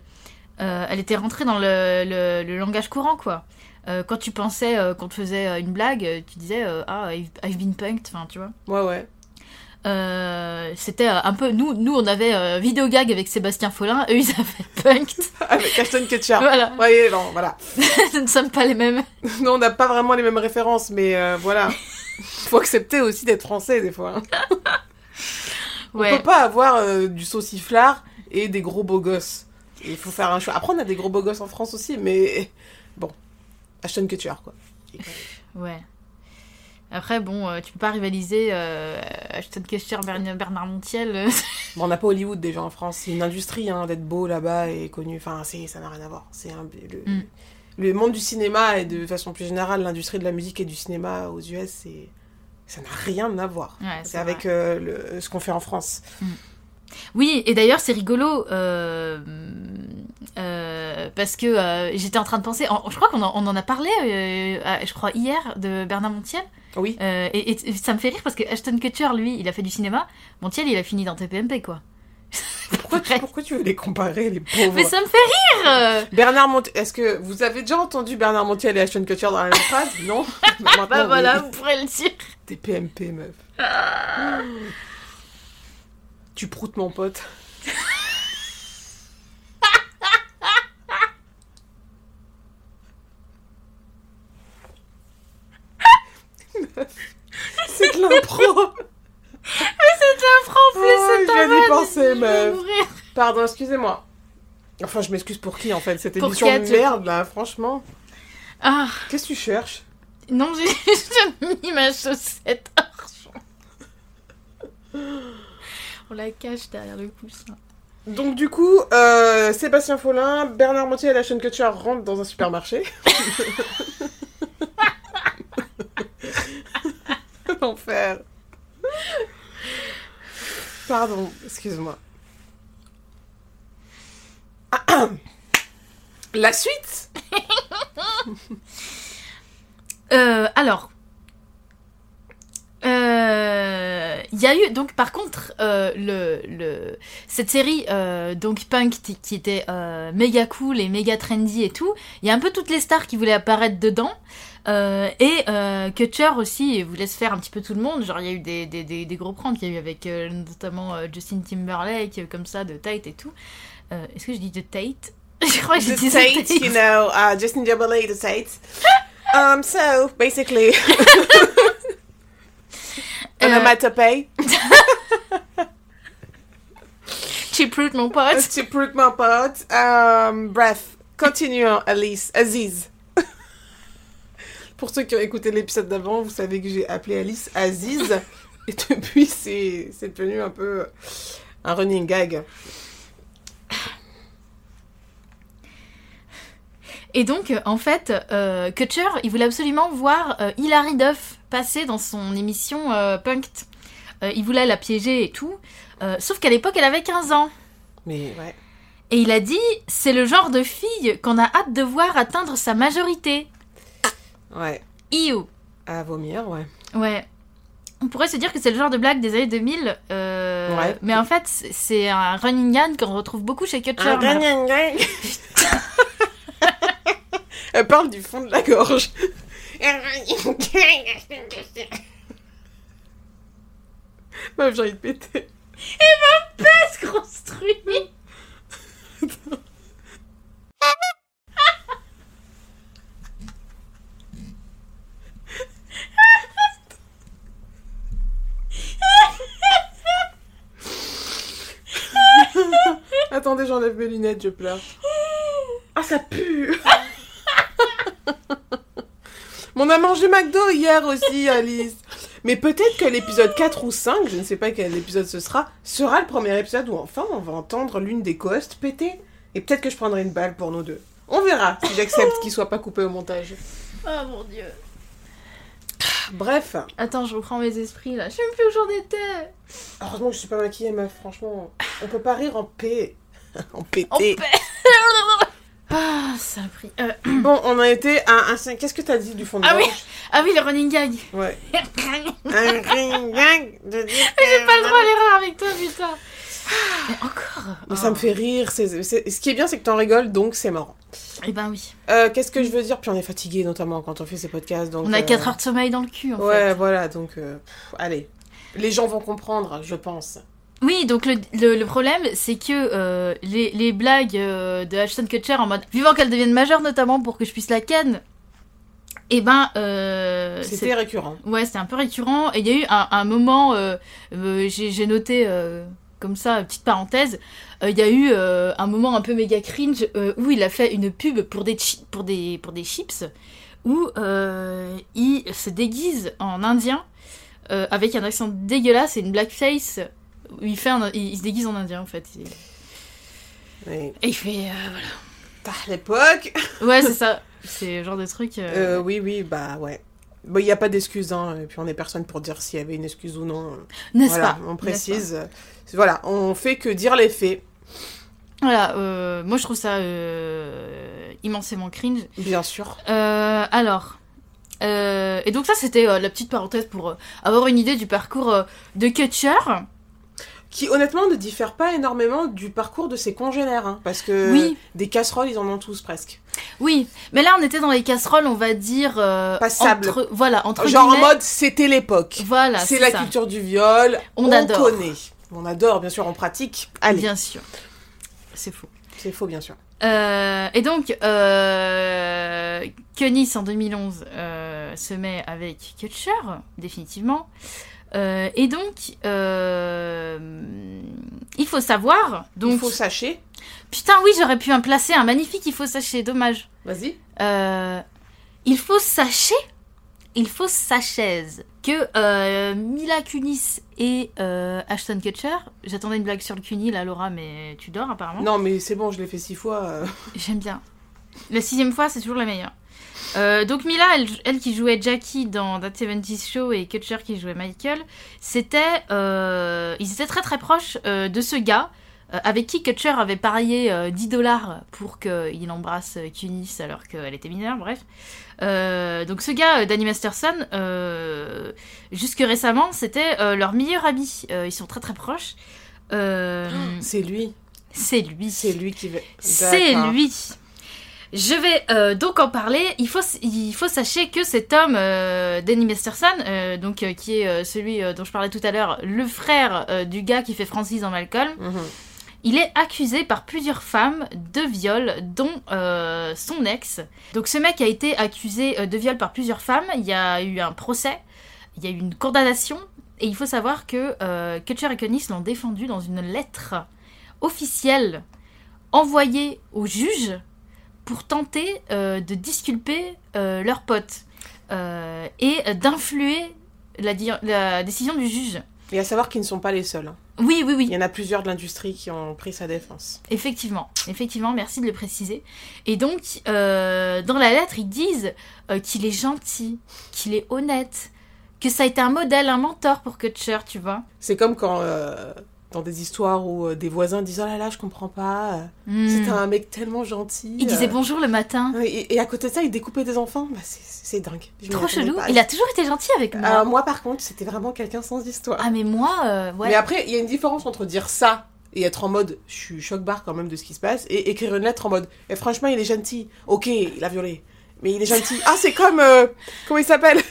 B: Euh, elle était rentrée dans le, le- le langage courant, quoi. Euh, quand tu pensais euh, qu'on te faisait euh, une blague, euh, tu disais euh, ah I've, I've been punked, enfin, tu vois.
A: Ouais, ouais. (laughs)
B: Euh, c'était euh, un peu nous nous on avait euh, vidéo gag avec Sébastien Follin eux ils avaient punk
A: (laughs) Avec Ashton Kutcher.
B: voilà (laughs)
A: Ouais, non, voilà. (laughs)
B: nous ne sommes pas les mêmes
A: Nous, on n'a pas vraiment les mêmes références, mais euh, voilà.
B: (laughs)
A: Faut accepter aussi d'être français, des fois. hein. On (laughs)
B: ouais
A: peut pas avoir euh, du sauciflard et des gros beaux gosses. Il faut faire un choix. Après, on a des gros beaux gosses en France aussi, mais bon. Ashton Kutcher, quoi.
B: ouais après bon euh, tu peux pas rivaliser euh, Ashton Kutcher Bern- Bernard Montiel (laughs) euh,
A: Bon, on n'a pas Hollywood déjà en France. C'est une industrie hein, d'être beau là-bas et connu. Enfin, c'est, ça n'a rien à voir. C'est un- le,
B: Mm.
A: le monde du cinéma et de façon plus générale, l'industrie de la musique et du cinéma aux US, c'est, ça n'a rien à voir.
B: Ouais,
A: c'est
B: c'est
A: avec euh, le- ce qu'on fait en France.
B: Oui, et d'ailleurs, c'est rigolo euh, euh, parce que euh, j'étais en train de penser. en- je crois qu'on en, on en a parlé, euh, à- je crois, hier de Bernard Montiel.
A: Oui.
B: Euh, et, et ça me fait rire parce que Ashton Kutcher, lui, il a fait du cinéma. Montiel, il a fini dans TPMP, quoi.
A: Pourquoi tu, pourquoi tu veux les comparer, les pauvres
B: Mais ça me fait rire euh.
A: Bernard Montiel, est-ce que vous avez déjà entendu Bernard Montiel et Ashton Kutcher dans la même phrase
B: (laughs)
A: Non Maintenant,
B: Bah
A: oui.
B: voilà, vous pourrez le dire.
A: T'es PMP, meuf. tu proutes, mon
B: (laughs)
A: pote. C'est de l'impro
B: Franck, en plus,
A: Oh,
B: c'est
A: je
B: un
A: viens d'y
B: mal,
A: penser,
B: je vais
A: meuf.
B: mourir.
A: Pardon, excusez-moi. Enfin, je m'excuse pour qui, en fait Cette
B: Pour
A: émission
B: qui
A: de
B: as-tu-
A: merde, là, franchement.
B: Ah,
A: Qu'est-ce que tu cherches
B: non, j'ai (laughs) juste mis ma chaussette argent. On la cache derrière le coussin.
A: Donc du coup, euh, Sébastien Follin, Bernard Montier et Ashton Kutcher rentrent dans un supermarché. (laughs) L'enfer. Pardon, excuse-moi. (clears throat) Ahem. La suite
B: Euh, alors. Euh, Il y a eu donc par contre euh, le, le cette série euh, donc punk qui- qui était euh, méga cool et méga trendy et tout il y a un peu toutes les stars qui voulaient apparaître dedans euh, et euh, Kutcher aussi il voulait se faire un petit peu tout le monde genre il y a eu des, des, des, des gros pranks il y a eu avec euh, notamment euh, Justin Timberlake euh, comme ça de Tate et tout Euh, est-ce que je dis de Tate (laughs) je crois que je
A: The
B: dis
A: Tate, you
B: (laughs)
A: know, uh, Justin Timberlake, The Tate. Um, so, basically... Onomatopée.
B: Cheap Root mon pote
A: Tu proutes, mon pote. Euh, bref, continuons, Alice. Aziz. Pour ceux qui ont écouté l'épisode d'avant, vous savez que j'ai appelé Alice Aziz. Et depuis, c'est c'est devenu un peu un running gag.
B: Et donc, euh, en fait, euh, Kutcher, il voulait absolument voir euh, Hilary Duff passer dans son émission euh, Punk'd. Euh, il voulait la piéger et tout. Euh, sauf qu'à l'époque, elle avait 15 ans.
A: Mais ouais.
B: Et il a dit c'est le genre de fille qu'on a hâte de voir atteindre sa majorité.
A: Ouais.
B: Iou
A: À vomir, ouais.
B: Ouais. On pourrait se dire que c'est le genre de blague des années 2000. euh,
A: Ouais.
B: Mais en fait, c'est- c'est un running gag qu'on retrouve beaucoup chez Kutcher.
A: Un
B: malheureusement.
A: running gag. (laughs) Elle parle du fond de la gorge. Un running gag. Meuf, j'ai envie de péter.
B: se construit.
A: Attendez, j'enlève mes lunettes, je pleure. Ah, ça pue (laughs) Mais On a mangé McDo hier aussi, Alice. Mais peut-être que l'épisode 4 ou 5, je ne sais pas quel épisode ce sera, sera le premier épisode où enfin on va entendre l'une des co-hosts péter. Et peut-être que je prendrai une balle pour nous deux. On verra si j'accepte
B: (laughs)
A: qu'il soit pas coupé au montage.
B: Oh mon dieu.
A: Bref,
B: Attends, je reprends mes esprits là. Je sais même plus où j'en étais.
A: heureusement que je suis pas maquillée, meuf. Franchement, on peut pas rire en paix. (laughs) en
B: On
A: pété.
B: perd. Ah, saloperie. Euh,
A: Bon, on a été à un 5. Qu'est-ce que t'as dit du fond de
B: Ah oui.
A: gorge
B: ah oui, le running (laughs) gag.
A: Ouais.
B: J'ai pas
A: un ring gang
B: (laughs)
A: de dire
B: le droit à l'erreur avec toi, putain. Ah, Mais encore.
A: Mais ça me fait rire. c'est- c'est- Ce qui est bien, c'est que t'en rigoles, donc c'est marrant.
B: Eh ben oui.
A: Euh, Qu'est-ce que je veux dire Puis on est fatigué, notamment quand on fait ces podcasts. Donc,
B: On a
A: euh,
B: 4 heures de sommeil dans le cul en
A: Ouais,
B: fait.
A: voilà, donc euh, pff, allez. Les gens vont comprendre, je pense.
B: Oui, donc le, le- le problème, c'est que euh, les, les blagues euh, de Ashton Kutcher en mode vivant qu'elle devienne majeure, notamment pour que je puisse la ken, eh ben. Euh, c'est-
A: C'était récurrent.
B: Ouais, c'était un peu récurrent. Et il y a eu un, un moment, euh, euh, j'ai j'ai noté euh, comme ça, petite parenthèse, euh, il y a eu euh, un moment un peu méga cringe euh, où il a fait une pub pour des, chi- pour des, pour des chips où euh, il se déguise en indien euh, avec un accent dégueulasse et une blackface. où Il, fait un- il, il se déguise en indien en fait. Et
A: Et,
B: il fait. euh,
A: à l'époque
B: Ouais, c'est ça. C'est le genre de truc. euh,
A: euh, Oui, oui, bah ouais. Bon, il n'y a pas d'excuse, hein, et puis on est personne pour dire s'il y avait une excuse ou non.
B: N'est-ce
A: Voilà,
B: pas
A: on
B: N'est-ce pas
A: précise. Voilà, on fait que dire les faits,
B: Voilà, euh, moi je trouve ça euh, immensément cringe.
A: bien sûr.
B: Euh, alors. euh, et donc ça c'était euh, la petite parenthèse pour euh, avoir une idée du parcours euh, de Kutcher.
A: Qui honnêtement ne diffère pas énormément du parcours de ses congénères, hein, parce que
B: Oui.
A: des casseroles, ils en ont tous presque.
B: Oui, mais là on était dans les casseroles, on va dire euh,
A: Passable.
B: entre voilà entre
A: Genre en
B: guillemets.
A: mode, c'était l'époque.
B: voilà
A: c'est la
B: ça.
A: culture du viol,
B: On adore.
A: connaît. On adore, bien sûr, on pratique. Allez,
B: Bien sûr, c'est faux.
A: c'est faux, bien sûr.
B: Euh, et donc, euh, Kunis en 2011 euh, se met avec Kutcher, définitivement. Euh, et donc, euh, il faut savoir. Donc,
A: Il faut sachez.
B: putain, oui, j'aurais pu un placer un magnifique. Il faut sachez, dommage.
A: Vas-y.
B: Euh, il faut sachez, il faut sachez que euh, Mila Kunis et euh, Ashton Kutcher. J'attendais une blague sur le Cuny, là, Laura, mais tu dors apparemment.
A: Non, mais c'est bon, je l'ai fait six fois. euh.
B: J'aime bien. La sixième fois, c'est toujours la meilleure. Euh, donc Mila, elle, elle qui jouait Jackie dans That 70 Show et Kutcher qui jouait Michael, c'était, euh, ils étaient très très proches euh, de ce gars euh, avec qui Kutcher avait parié euh, 10 dollars pour qu'il embrasse euh, Kunis alors qu'elle était mineure, bref. Euh, donc ce gars, euh, Danny Masterson, euh, jusque récemment, c'était euh, leur meilleur ami. Euh, ils sont très très proches. Euh,
A: C'est lui.
B: c'est lui.
A: Oh. C'est lui qui va.
B: C'est
A: D'accord.
B: lui. Je vais euh, donc en parler. Il faut, il faut sachez que cet homme, euh, Danny Masterson, euh, donc, euh, qui est euh, celui euh, dont je parlais tout à l'heure, le frère euh, du gars qui fait Francis dans Malcolm,
A: Mhm.
B: il est accusé par plusieurs femmes de viol, dont euh, son ex. Donc ce mec a été accusé euh, de viol par plusieurs femmes. Il y a eu un procès, il y a eu une condamnation. Et il faut savoir que euh, Kutcher et Kunis l'ont défendu dans une lettre officielle envoyée au juge pour tenter euh, de disculper euh, leur pote euh, et d'influer la di- la décision du juge.
A: Et à savoir qu'ils ne sont pas les seuls. hein.
B: Oui, oui, oui.
A: Il y en a plusieurs de l'industrie qui ont pris sa défense.
B: Effectivement, effectivement, merci de le préciser. Et donc, euh, dans la lettre, ils disent euh, qu'il est gentil, qu'il est honnête, que ça a été un modèle, un mentor pour Kutcher, tu vois.
A: C'est comme quand. euh, Dans des histoires où euh, des voisins disent Oh là là, je comprends pas, euh,
B: Hmm.
A: c'était un mec tellement gentil.
B: Il
A: euh.
B: disait bonjour le matin.
A: Et, et à côté de ça, il découpait des enfants. Bah, c'est- c'est dingue. Je m'y
B: Trop
A: attendais
B: chelou.
A: pas.
B: Il a toujours été gentil avec moi.
A: Alors, moi, par contre, c'était vraiment quelqu'un sans histoire.
B: Ah, mais moi, euh, ouais.
A: Mais après, il y a une différence entre dire ça et être en mode je suis choc-barre quand même de ce qui se passe et écrire une lettre en mode eh, franchement, il est gentil. Ok, il a violé. Mais il est gentil. Ah, c'est comme. euh, comment il s'appelle (laughs)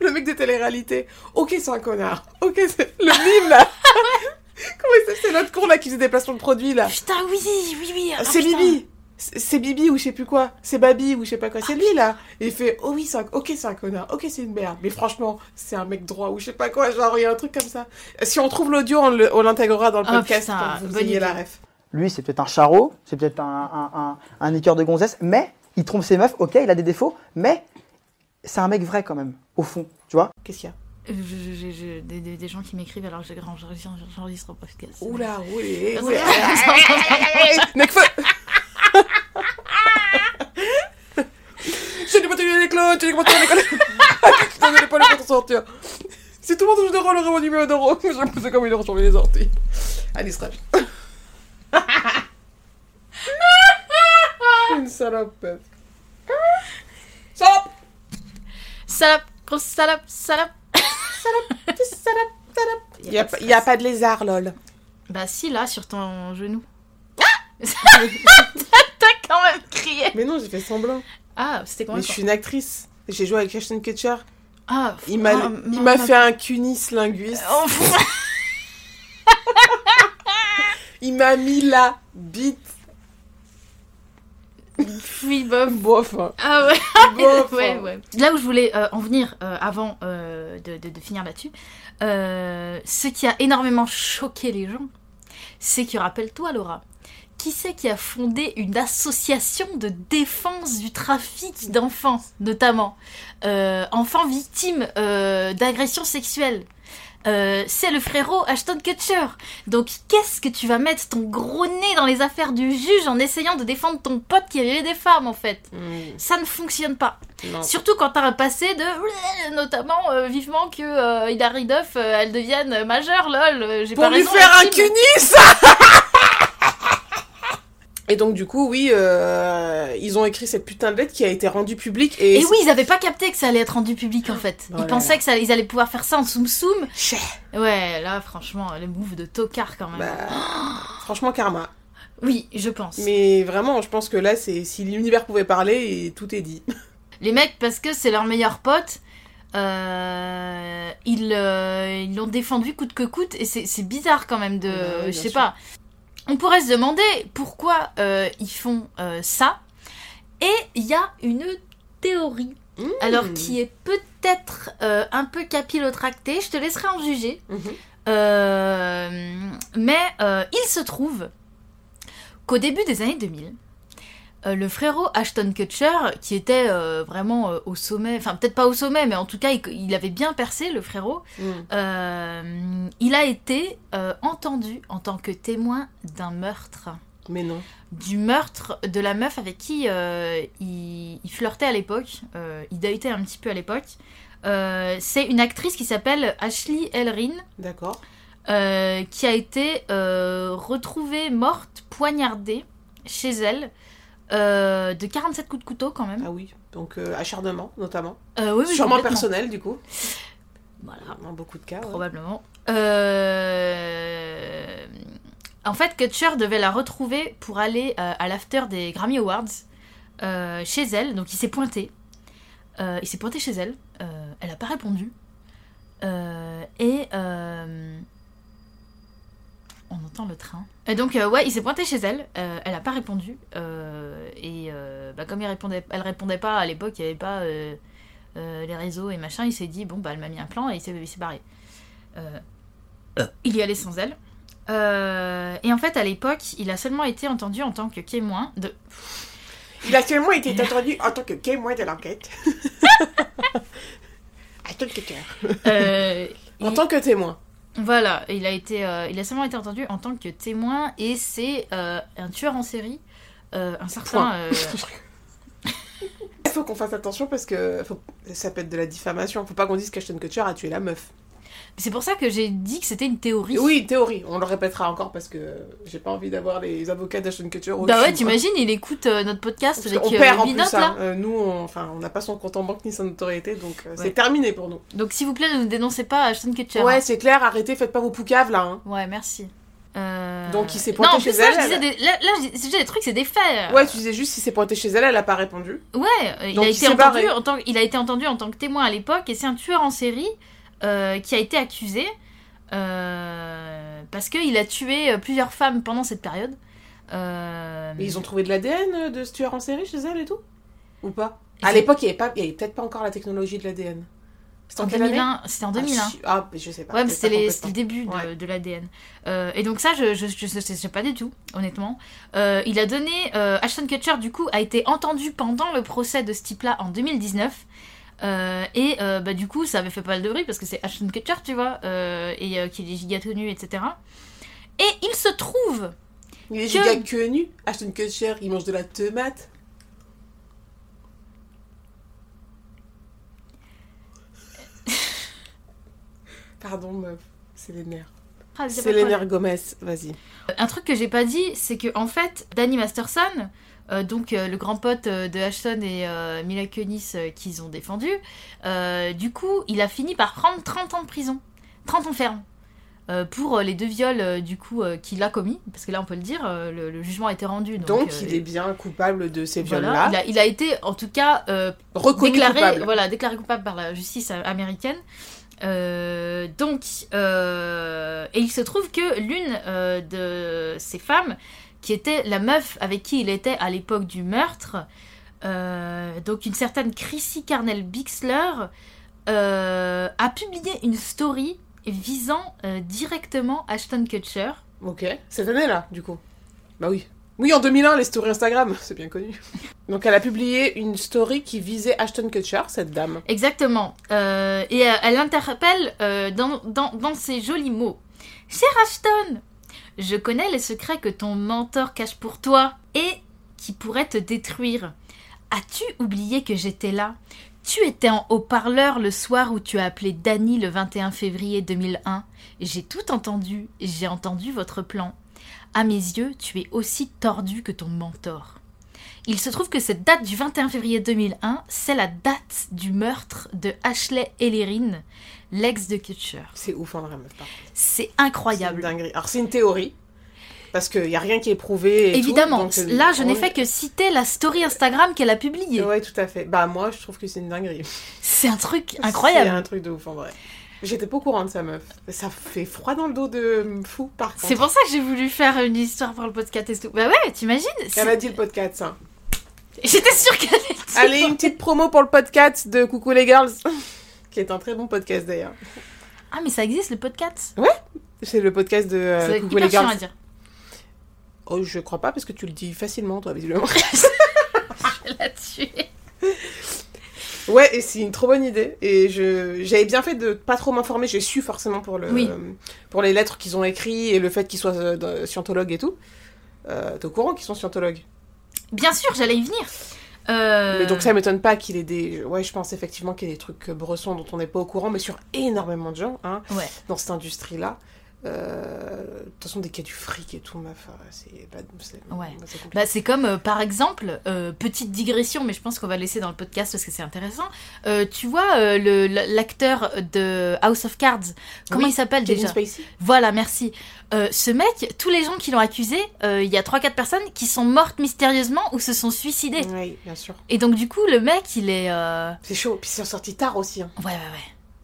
A: Le mec de télé-réalité. Ok, c'est un connard. Ok, c'est le mime là. (laughs) comment il s'appelle C'est notre con là qui faisait des placements de produits là.
B: Putain, oui, oui, oui. ah,
A: c'est
B: putain.
A: Bibi. C'est c'est Bibi ou je sais plus quoi. C'est Babi ou je sais pas quoi.
B: Ah,
A: C'est lui là. Et il fait oh oui, c'est un... ok, c'est un connard. Ok, c'est une merde. Mais franchement, c'est un mec droit ou je sais pas quoi. Genre, il y a un truc comme ça. Si on trouve l'audio, on le- on l'intégrera dans le
B: Ah,
A: podcast
B: putain,
A: pour que vous
B: bonne
A: ayez la
B: idée.
A: ref.
C: Lui, c'est peut-être un charot, c'est peut-être un, un, un, un niqueur de gonzesse, mais il trompe ses meufs, ok, il a des défauts, mais c'est un mec vrai quand même, au fond, tu vois.
A: Qu'est-ce qu'il y a
B: Euh, je- je- je- je- des, des- des gens qui m'écrivent alors que j'ai- j'enregistre j'enregistre un podcast.
A: Oula, oulé,
B: Parce
A: oulé.
B: que-
A: Necfeu Je n'ai pas tenu les clones, je n'ai pas tenu les clones. Je n'ai pas les clones sortir. Si tout le monde joue de rôle, aurait mon numéro d'euro. Je vais pousser comme une heure, j'en vais les sorties. Allez, strage. Une salope. Salope
B: (laughs) Salope, grosse salope, salope.
A: Petite Salope Salope Il n'y a, pas de lézard, lol.
B: Bah si, là, sur ton genou. (laughs) T'as quand même crié
A: Mais non, j'ai fait semblant.
B: Ah, c'était
A: Mais
B: combien
A: je suis une actrice. J'ai joué avec Ashton Kutcher.
B: Ah,
A: Il m'a
B: ah,
A: il
B: non,
A: m'a
B: non.
A: fait un cunis linguiste.
B: Oh, pff.
A: Il m'a mis la bite.
B: oui, bah...
A: Bof. hein.
B: Ah ouais.
A: Bof.
B: ouais,
A: hein.
B: ouais. Là où je voulais euh, en venir euh, avant euh, de, de- de finir là-dessus, euh, ce qui a énormément choqué les gens, c'est que rappelle-toi Laura, qui c'est qui a fondé une association de défense du trafic d'enfants, notamment Euh, Enfants victimes euh, d'agressions sexuelles. Euh, c'est le frérot Ashton Kutcher. Donc qu'est-ce que tu vas mettre ton gros nez dans les affaires du juge en essayant de défendre ton pote qui a violé des femmes en fait
A: Mm,
B: Ça ne fonctionne pas.
A: non.
B: Surtout quand t'as un passé de (laughs) notamment euh, vivement que euh, Hilary Duff euh, elle devienne euh, majeure lol. euh, J'ai
A: Pour
B: pas
A: lui
B: raison,
A: faire un
B: la team.
A: cunis
B: (laughs)
A: Et donc du coup, oui, euh, ils ont écrit cette putain de lettre qui a été rendue publique et...
B: Et oui, ils avaient pas capté que ça allait être rendu public en fait.
A: Oh
B: ils
A: là
B: pensaient que ça, ils allaient pouvoir faire ça en soum soum.
A: Chais.
B: Ouais, là franchement, les moves de tocard quand même.
A: Bah, franchement, karma.
B: Oui, je pense.
A: Mais vraiment, je pense que là, c'est si l'univers pouvait parler, et tout est dit.
B: Les mecs, parce que c'est leur meilleur pote, euh, ils euh, ils l'ont défendu coûte que coûte, et c'est c'est bizarre quand même de...
A: Bah oui, bien
B: je sais
A: sûr.
B: pas. On pourrait se demander pourquoi euh, ils font euh, ça, et il y a une théorie,
A: Mmh.
B: Mm. alors qui est peut-être euh, un peu capillotractée, je te laisserai en juger.
A: Mhm.
B: Euh, mais euh, il se trouve qu'au début des années 2000, euh, le frérot Ashton Kutcher, qui était euh, vraiment euh, au sommet, enfin peut-être pas au sommet, mais en tout cas il, il avait bien percé le frérot,
A: Mm.
B: euh, il a été euh, entendu en tant que témoin d'un meurtre.
A: Mais non.
B: Du meurtre de la meuf avec qui euh, il, il flirtait à l'époque, euh, il datait un petit peu à l'époque. Euh, C'est une actrice qui s'appelle Ashley Elrin
A: D'accord.
B: euh, qui a été euh, retrouvée morte, poignardée chez elle, euh, de 47 coups de couteau quand même.
A: Ah oui. Donc euh, acharnement, notamment.
B: Euh, oui, oui,
A: Sûrement
B: complètement.
A: personnel, du coup.
B: Voilà,
A: Dans beaucoup de cas. ouais.
B: probablement. Euh, En fait, Kutcher devait la retrouver pour aller euh, à l'after des Grammy Awards euh, chez elle, donc il s'est pointé. Euh, il s'est pointé chez elle, Euh, elle n'a pas répondu. Euh, et euh, on entend le train. Et donc, euh, ouais, il s'est pointé chez elle. Euh, elle n'a pas répondu. Euh, et euh, bah, comme il répondait, elle répondait pas à l'époque, il n'y avait pas euh, euh, les réseaux et machin. Il s'est dit, bon, bah, elle m'a mis un plan et il s'est il s'est barré. Euh, Il y allait sans elle. Euh, et en fait, à l'époque, il a seulement été entendu en tant que témoin de.
A: Il a seulement été entendu en tant que témoin de l'enquête. Ashton Kutcher.
B: Euh,
A: En
B: il-
A: tant que témoin.
B: Voilà, il a, été, euh, il a seulement été entendu en tant que témoin et c'est euh, un tueur en série, euh, un certain...
A: Point.
B: euh,
A: Il faut qu'on fasse attention parce que faut- ça peut être de la diffamation. Faut pas qu'on dise qu'Ashton Kutcher a tué la meuf.
B: c'est pour ça que j'ai dit que c'était une théorie.
A: Et oui, théorie. On le répétera encore parce que j'ai pas envie d'avoir les avocats d'Ashton Kutcher. au
B: Bah ouais,
A: dessus, quoi.
B: t'imagines, il écoute euh, notre podcast
A: Parce
B: avec
A: qu'on
B: euh,
A: perd en
B: Binote,
A: plus
B: là.
A: ça. Euh, nous, on- enfin, on n'a pas son compte en banque ni sa notoriété, donc euh,
B: Ouais.
A: c'est terminé pour nous.
B: Donc s'il vous plaît, ne dénoncez pas Ashton Kutcher.
A: Ouais, c'est clair. Arrêtez, faites pas vos poucaves là. hein.
B: Ouais, merci. Euh,
A: Donc, il s'est pointé
B: non, en plus,
A: chez
B: là,
A: elle,
B: Je disais des... Là, là, je disais des trucs, c'est des faits.
A: Ouais, tu disais juste si c'est pointé chez elle, elle a pas répondu.
B: Ouais, euh, il,
A: Donc,
B: a
A: il
B: été
A: s'est
B: entendu
A: barré.
B: en tant... il a été entendu en tant que témoin à l'époque et c'est un tueur en série euh, qui a été accusé euh, parce qu'il a tué euh, plusieurs femmes pendant cette période. Euh,
A: Mais ils ont trouvé de l'ADN euh, de ce tueur en série chez elle et tout Ou pas
B: Et
A: À
B: c'est-
A: l'époque, il n'y avait, pas- il y avait peut-être pas encore la technologie de l'ADN. C'était
B: en
A: en quelle année
B: 2001, c'était en 2001.
A: Ah, si- ah, mais je sais pas.
B: Ouais, mais
A: peut-être
B: c'était
A: pas
B: les- c'était
A: complètement.
B: le début de,
A: Ouais.
B: de l'ADN. Euh, et donc ça, je, je, je, je sais- je sais pas du tout, honnêtement. Euh, il a donné... euh, Ashton Kutcher, du coup, a été entendu pendant le procès de ce type-là en 2019. Euh, et euh, bah, du coup, ça avait fait pas mal de bruit, parce que c'est Ashton Kutcher, tu vois, euh, et euh, qu'il est giga tout nu, etc. Et il se trouve...
A: Il est
B: que-
A: giga queue nue. Ashton Kutcher, il mange de la
B: (laughs)
A: tomate. Pardon, meuf. C'est les nerfs.
B: Ah, j'ai pas
A: C'est
B: le
A: les
B: problème.
A: nerfs Gomez. Vas-y.
B: Un truc que j'ai pas dit, c'est que en fait, Danny Masterson, euh, donc euh, le grand pote euh, de Ashton et euh, Mila Kunis euh, qu'ils ont défendu, euh, du coup, il a fini par prendre 30 ans de prison, 30 ans ferme. euh, pour euh, les deux viols euh, du coup euh, qu'il a commis, parce que là on peut le dire, euh, le, le jugement a été rendu. Donc,
A: Donc,
B: euh,
A: il est bien coupable de ces
B: voilà,
A: viols-là.
B: il, a, il a été en tout cas euh,
A: Reconnu
B: déclaré
A: coupable.
B: voilà déclaré coupable par la justice euh, américaine Euh, donc euh, et il se trouve que l'une euh, de ces femmes qui était la meuf avec qui il était à l'époque du meurtre euh, donc une certaine Chrissy Carnell Bixler euh, a publié une story visant euh, directement Ashton Kutcher
A: Ok. Cette année-là, du coup. Bah oui. Oui, en 2001, les stories Instagram, (laughs) c'est bien connu. Donc elle a publié une story qui visait Ashton Kutcher, cette dame.
B: Exactement. Euh, et euh, elle interpelle euh, dans, dans, dans ces jolis mots. Cher Ashton, je connais les secrets que ton mentor cache pour toi et qui pourraient te détruire. As-tu oublié que j'étais là Tu étais en haut-parleur le soir où tu as appelé Danny le 21 février 2001. J'ai tout entendu, j'ai entendu votre plan. À mes yeux, tu es aussi tordu que ton mentor. Il se trouve que cette date du 21 février 2001, c'est la date du meurtre de Ashley Ellerin, l'ex de Kutcher.
A: C'est ouf, en vrai, meuf, par contre.
B: C'est
A: C'est une
B: incroyable.
A: dinguerie. Alors, c'est une théorie, parce qu'il n'y a rien qui est prouvé. et
B: Évidemment,
A: tout, donc, euh,
B: là je n'ai
A: on-
B: fait que citer la story Instagram qu'elle a publiée.
A: Ouais, tout à fait. Bah, moi, je trouve que c'est une dinguerie. (laughs)
B: C'est un truc
A: C'est
B: incroyable.
A: un truc de ouf, en vrai. J'étais pas au courant de sa meuf. Ça fait froid dans le dos de fou, par contre.
B: C'est pour ça que j'ai voulu faire une histoire pour le podcast et tout. Bah ouais, t'imagines
A: Elle
B: c'est-
A: a dit le podcast, hein.
B: J'étais sûre qu'elle allait dire.
A: Allez, une petite promo pour le podcast de Coucou les Girls, (laughs) qui est un très bon podcast d'ailleurs.
B: Ah mais ça existe le podcast
A: C'est le podcast de euh,
B: Ça doit être
A: Coucou les
B: hyper chiant à
A: Girls.
B: dire. (laughs)
A: Oh, je crois pas parce que tu le dis facilement, toi, visiblement.
B: Elle a tué.
A: (laughs) ouais, et c'est une trop bonne idée. Et je, j'avais bien fait de pas trop m'informer. J'ai su forcément pour le,
B: Oui.
A: pour les lettres qu'ils ont écrites et le fait qu'ils soient euh, dans- scientologues et tout. Euh, t'es au courant qu'ils sont scientologues.
B: Bien sûr, j'allais y venir. Euh,
A: Mais donc ça m'étonne pas qu'il ait des. Ouais, je pense effectivement qu'il y ait des trucs bressons dont on n'est pas au courant, mais sur énormément de gens, hein,
B: Ouais.
A: dans cette industrie-là. Euh, De toute façon, dès qu'il y a du fric et tout, meuf, euh, c'est pas. c'est-
B: Ouais.
A: c'est compliqué.
B: Bah, c'est comme, euh, par exemple, euh, petite digression, mais je pense qu'on va laisser dans le podcast parce que c'est intéressant. Euh, tu vois euh, le- l'acteur de House of Cards, comment
A: Oui,
B: il s'appelle
A: Kevin
B: déjà
A: Spacey
B: Voilà, merci. Euh, ce mec, tous les gens qui l'ont accusé, euh, il y a 3-4 personnes qui sont mortes mystérieusement ou se sont suicidées.
A: Oui, bien sûr.
B: Et donc, du coup, le mec, il est. euh,
A: C'est chaud. Puis c'est sorti tard aussi. hein.
B: Ouais, ouais, ouais.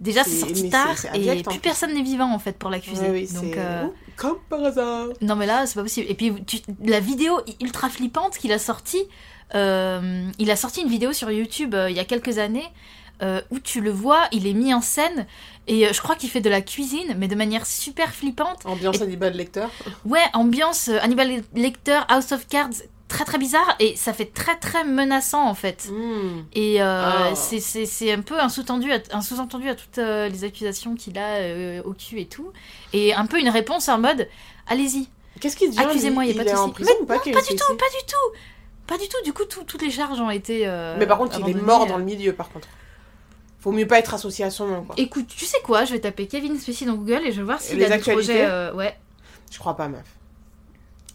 B: Déjà, c'est
A: C'est- mais
B: sorti
A: c'est-
B: tard
A: c'est
B: et
A: abject, en plus.
B: plus personne n'est vivant en fait pour l'accuser.
A: Ouais, oui,
B: donc,
A: c'est-
B: euh,
A: Ouh, Comme par hasard.
B: non, mais là, c'est pas possible. Et puis, tu- la vidéo ultra flippante qu'il a sortie, euh, il a sorti une vidéo sur YouTube euh, il y a quelques années euh, où tu le vois, il est mis en scène et euh, je crois qu'il fait de la cuisine, mais de manière super flippante.
A: Ambiance
B: Et-
A: Hannibal Lecter.
B: Ouais, ambiance euh, Hannibal Lecter, House of Cards, très très bizarre et ça fait très très menaçant en fait.
A: Hmm.
B: Et euh,
A: Ah.
B: c'est- c'est c'est un peu un sous-entendu à, un sous-entendu à toutes euh, les accusations qu'il a euh, au cul et tout. Et un peu une réponse en mode allez-y,
A: Qu'est-ce qu'il dit
B: Accusez-moi,
A: lui
B: y a pas
A: il
B: de
A: est en
B: souci.
A: prison
B: Mais
A: ou pas
B: non,
A: Kevin
B: pas du
A: Spacey
B: tout, pas du tout Pas du tout, du coup, tout- toutes les charges ont été. euh,
A: Mais par contre, il est
B: abandonnées.
A: mort dans le milieu, par contre. Faut mieux pas être associé à son nom, quoi.
B: Écoute, tu sais quoi Je vais taper Kevin Spacey dans Google et je vais voir s'il
A: Les
B: a des
A: actualités
B: projets. euh, ouais,
A: Je crois pas, meuf.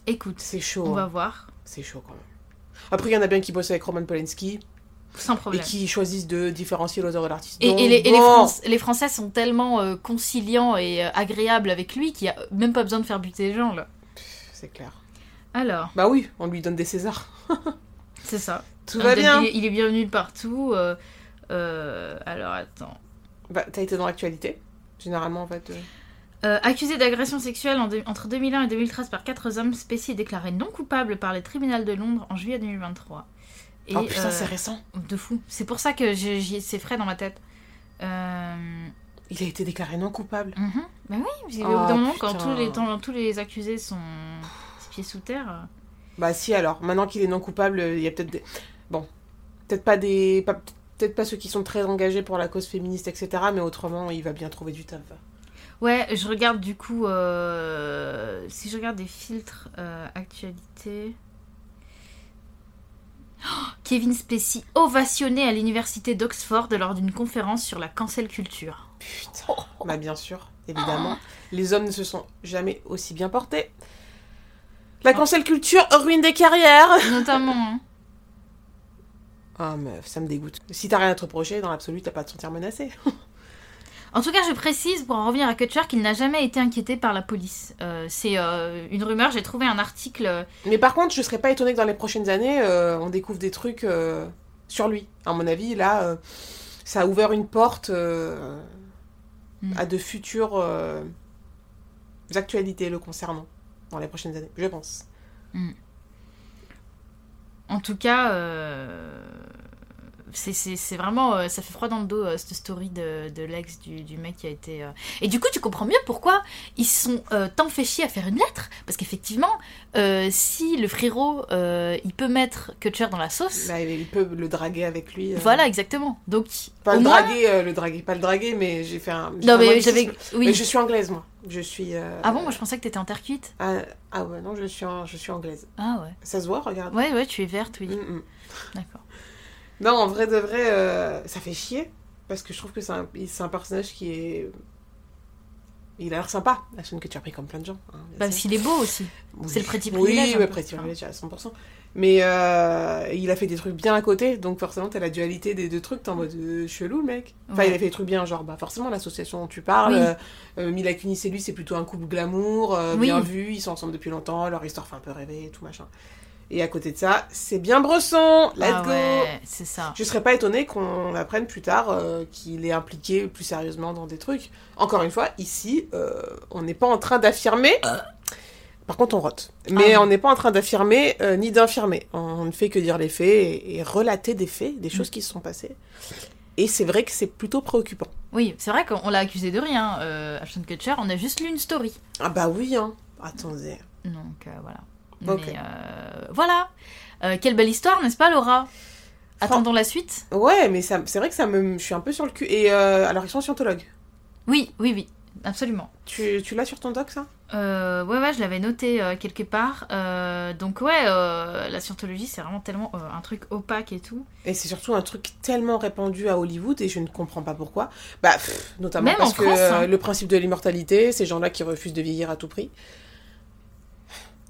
B: écoute,
A: C'est chaud.
B: on
A: hein.
B: va voir,
A: C'est chaud quand même. Après, il y en a bien qui bossent avec Roman Polanski
B: sans
A: et
B: problème.
A: qui choisissent de différencier l'auteur de l'artiste.
B: Et,
A: Donc,
B: et les, et les
A: bon.
B: Franc- les Français sont tellement euh, conciliants et euh, agréables avec lui qu'il n'y a même pas besoin de faire buter les gens là.
A: C'est clair.
B: Alors,
A: Bah oui, on lui donne des Césars.
B: c'est ça.
A: Tout
B: Un
A: va
B: date,
A: bien.
B: Il, est- il est bienvenu de partout. euh, euh, alors attends.
A: Bah, t'as été dans l'actualité Généralement, en fait. euh,
B: Euh, accusé d'agression sexuelle en deux- entre 2001 et 2013 par quatre hommes, Spacey est déclaré non coupable par le tribunal de Londres en juillet 2023. Et,
A: Oh putain,
B: euh,
A: c'est récent.
B: de fou. C'est pour ça que j'ai- j'y- c'est frais dans ma tête. Euh,
A: Il a été déclaré non coupable.
B: mhm. Ben oui, parce que au
A: Oh,
B: bout d'un moment, quand
A: putain.
B: tous les, temps- tous les accusés sont pieds sous terre. euh,
A: Bah si, alors. Maintenant qu'il est non coupable, euh, il y a peut-être des... Bon. Peut-être pas des... pas- Peut-être pas ceux qui sont très engagés pour la cause féministe, etc. Mais autrement, il va bien trouver du taf. va.
B: Ouais, je regarde du coup. euh, si je regarde des filtres euh, actualité. Oh, Kevin Spacey ovationné à l'université d'Oxford lors d'une conférence sur la cancel culture.
A: Putain. Bah bien sûr, évidemment. Les hommes ne se sont jamais aussi bien portés. La cancel culture ruine des carrières.
B: Notamment. hein.
A: Ah meuf, ça me dégoûte. Si t'as rien à te reprocher, dans l'absolu, t'as pas à te sentir menacé.
B: En tout cas, je précise pour en revenir à Kutcher qu'il n'a jamais été inquiété par la police. Euh, C'est euh, une rumeur, j'ai trouvé un article. euh,
A: Mais par contre, je serais pas étonnée que dans les prochaines années, euh, on découvre des trucs euh, sur lui. À mon avis, là, euh, ça a ouvert une porte euh,
B: Mm.
A: à de futures euh, actualités le concernant dans les prochaines années, je pense.
B: En tout cas, euh, c'est- c'est c'est vraiment. euh, ça fait froid dans le dos, euh, cette story de, de l'ex du, du mec qui a été. euh. Et du coup, tu comprends mieux pourquoi ils se sont euh, tant fait chier à faire une lettre. Parce qu'effectivement, euh, si le frérot, euh, il peut mettre Kutcher dans la sauce.
A: Là, il peut le draguer avec lui. Bah, euh,
B: Voilà, exactement. Donc,
A: Pas
B: au
A: le
B: moins.
A: draguer, euh, le draguer, pas le draguer, mais j'ai fait un. j'ai fait
B: Non,
A: un
B: mais
A: modélisme.
B: j'avais. Oui.
A: Mais je suis anglaise, moi. Je suis. euh,
B: Ah bon, moi je pensais que t'étais en terre cuite.
A: Ah, ah ouais, non, je suis, en- je suis anglaise.
B: Ah ouais.
A: Ça se voit, regarde.
B: Ouais, ouais, tu es verte, oui.
A: Mm, mm.
B: D'accord.
A: Non, en vrai de vrai, euh, ça fait chier. Parce que je trouve que c'est un, il- c'est un personnage qui est. Il a l'air sympa, la chaîne que tu as pris comme plein de gens. hein, bien
B: Bah,
A: sûr.
B: s'il est beau aussi.
A: Oui.
B: c'est le petit privilège,
A: Oui,
B: un
A: le
B: peu,
A: petit
B: hein.
A: privilège à 100%. Mais euh, il a fait des trucs bien à côté, donc forcément, t'as la dualité des deux trucs, t'es en mode euh, chelou, le mec. Enfin,
B: Ouais.
A: il a fait des trucs bien, genre, bah forcément, l'association dont tu parles,
B: Oui.
A: euh, euh, Mila Kunis et lui, c'est plutôt un couple glamour, euh,
B: Oui.
A: bien vu, ils sont ensemble depuis longtemps, leur histoire fait un peu rêver et tout machin. Et à côté de ça, c'est bien Bresson, let's
B: ah
A: go
B: ouais, c'est ça.
A: je serais pas étonnée qu'on apprenne plus tard euh, qu'il est impliqué plus sérieusement dans des trucs. Encore une fois, ici, euh, on n'est pas en train d'affirmer. Par contre, on rote. Mais
B: Ah.
A: on n'est pas en train d'affirmer euh, ni d'infirmer. On ne fait que dire les faits et, et relater des faits, des choses qui se sont passées. Et c'est vrai que c'est plutôt préoccupant.
B: Oui, c'est vrai qu'on l'a accusé de rien, euh, Ashton Kutcher. On a juste lu une story.
A: Ah bah oui, hein. Attendez.
B: Donc euh, voilà.
A: Ok.
B: Mais euh, voilà. Euh, quelle belle histoire, n'est-ce pas, Laura Attendons la suite.
A: Ouais, mais ça- c'est vrai que ça me, je suis un peu sur le cul. Et euh, alors, ils sont scientologues.
B: Oui, oui, oui, absolument.
A: Tu, tu l'as sur ton doc, ça
B: Euh, ouais, ouais, je l'avais noté euh, quelque part. Euh, donc ouais, euh, la scientologie, c'est vraiment tellement euh, un truc opaque et tout.
A: Et c'est surtout un truc tellement répandu à Hollywood et je ne comprends pas pourquoi. Bah, pff, notamment
B: Même
A: parce
B: en
A: que
B: France, hein.
A: euh, le principe de l'immortalité, ces gens-là qui refusent de vieillir à tout prix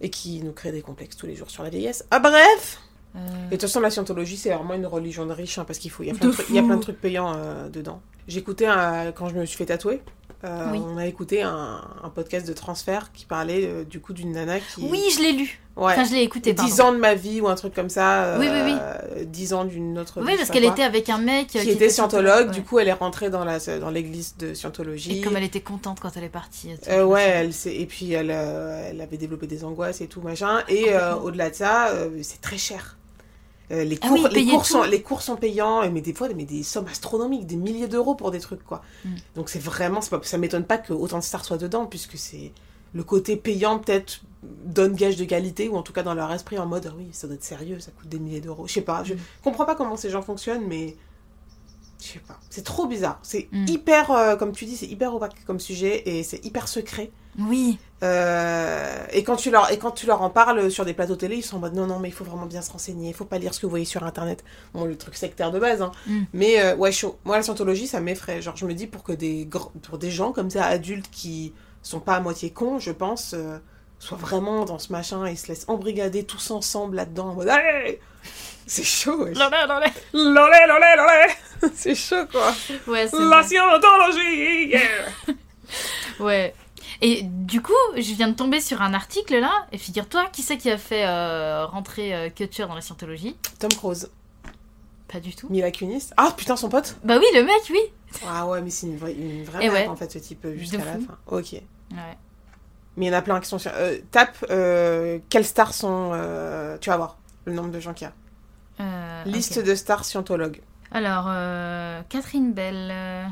A: et qui nous créent des complexes tous les jours sur la vieillesse. Ah bref
B: Euh,
A: Et de toute façon, la scientologie, c'est vraiment une religion de riches hein, parce qu'il faut, il y, a
B: De
A: plein de trucs- il y a
B: fou.
A: plein de trucs payants euh, dedans. J'écoutais, un- quand je me suis fait tatouer, euh,
B: Oui.
A: on a écouté un, un podcast de transfert qui parlait euh, du coup d'une nana qui...
B: Oui, je l'ai lu.
A: ouais.
B: Enfin, je l'ai écouté. pardon.
A: 10 ans de ma vie ou un truc comme ça.
B: Oui, oui, oui.
A: oui, 10 ans d'une autre vie, euh,
B: Oui,
A: je
B: parce
A: sais
B: qu'elle
A: pas quoi
B: était avec un mec euh,
A: qui, était scientologue.
B: ouais.
A: Du coup, elle est rentrée dans la dans l'église de
B: Et
A: scientologie.
B: comme elle était contente quand elle est partie. et tout,
A: Euh, ouais,
B: machin.
A: elle s'est- et puis elle, euh, elle avait développé des angoisses et tout machin. Et euh,
B: Complètement.
A: au-delà de ça, euh, c'est très cher. Euh, les,
B: Ah
A: cours,
B: oui,
A: les,
B: payer
A: cours
B: tout.
A: sont, les cours sont payants, et mais des fois, mais des sommes astronomiques, des milliers d'euros pour des trucs, quoi.
B: Mm.
A: Donc c'est vraiment, c'est pas, ça m'étonne pas que autant de stars soient dedans, puisque c'est le côté payant, peut-être, donne gage de qualité, ou en tout cas dans leur esprit, en mode, ah oui, ça doit être sérieux, ça coûte des milliers d'euros. Je sais pas, je
B: Mm.
A: comprends pas comment ces gens fonctionnent, mais je sais pas. C'est trop bizarre. C'est
B: Mm.
A: hyper, euh, comme tu dis, c'est hyper opaque comme sujet, et c'est hyper secret.
B: Oui,
A: Euh, et quand tu leur et quand tu leur en parles sur des plateaux télé, ils sont en mode non non mais il faut vraiment bien se renseigner, il faut pas lire ce que vous voyez sur internet. Bon le truc sectaire de base hein.
B: Mm.
A: Mais euh, ouais chaud. Moi la scientologie ça m'effraie. Genre je me dis pour que des gr- pour des gens comme ça adultes qui sont pas à moitié cons, je pense euh, soient vraiment dans ce machin et se laissent embrigader tous ensemble là-dedans en mode Allez c'est chaud. wesh. Lolé lolé lolé. (laughs) c'est chaud quoi.
B: Ouais, c'est
A: La scientologie. yeah.
B: vrai. Ouais. Et du coup, je viens de tomber sur un article là, et figure-toi, qui c'est qui a fait euh, rentrer euh, Kutcher dans la scientologie
A: Tom Cruise,
B: Pas du tout.
A: Mila Kunis. Ah putain son pote.
B: Bah oui, le mec, oui
A: Ah ouais, mais c'est une vraie, une vraie
B: Eh
A: merde,
B: ouais.
A: en fait, ce type, euh, jusqu'à
B: De
A: la
B: fou.
A: fin. Ok.
B: Ouais.
A: Mais il y en a plein qui sont sur. euh, tape euh, quelles stars sont. euh, tu vas voir le nombre de gens qu'il y a.
B: Euh,
A: Liste
B: ok.
A: de stars scientologues.
B: Alors, euh, Catherine Bell. euh,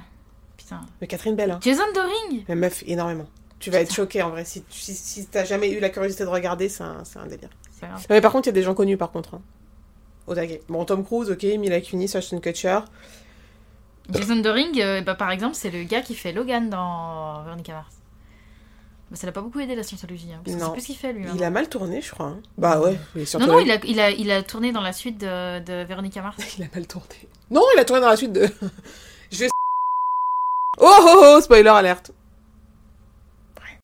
B: Putain.
A: Mais Catherine Bell, hein.
B: Jason Doring
A: Mais meuf, énormément. Tu vas être choquée en vrai. Si, tu- si, si t'as jamais eu la curiosité de regarder, c'est un, c'est un délire.
B: C'est pas grave.
A: Non, mais par contre, il y a des gens connus par contre. hein. Au taquet. Bon, Tom Cruise, ok. Mila Kunis, Ashton Kutcher.
B: Jason Doring, euh, bah, par exemple, c'est le gars qui fait Logan dans Veronica Mars. Bah, ça l'a pas beaucoup aidé la scientologie, hein, parce que
A: Non.
B: c'est plus ce qu'il fait lui. hein.
A: Il a mal tourné, je crois. hein. Bah ouais, les
B: Non, non,
A: scientologues.
B: il a, il, a, il a tourné dans la suite de, de Véronica Mars.
A: (laughs) Il a mal tourné. Non, il a tourné dans la suite de. (laughs) Je. Oh oh oh, spoiler alerte. Ouais.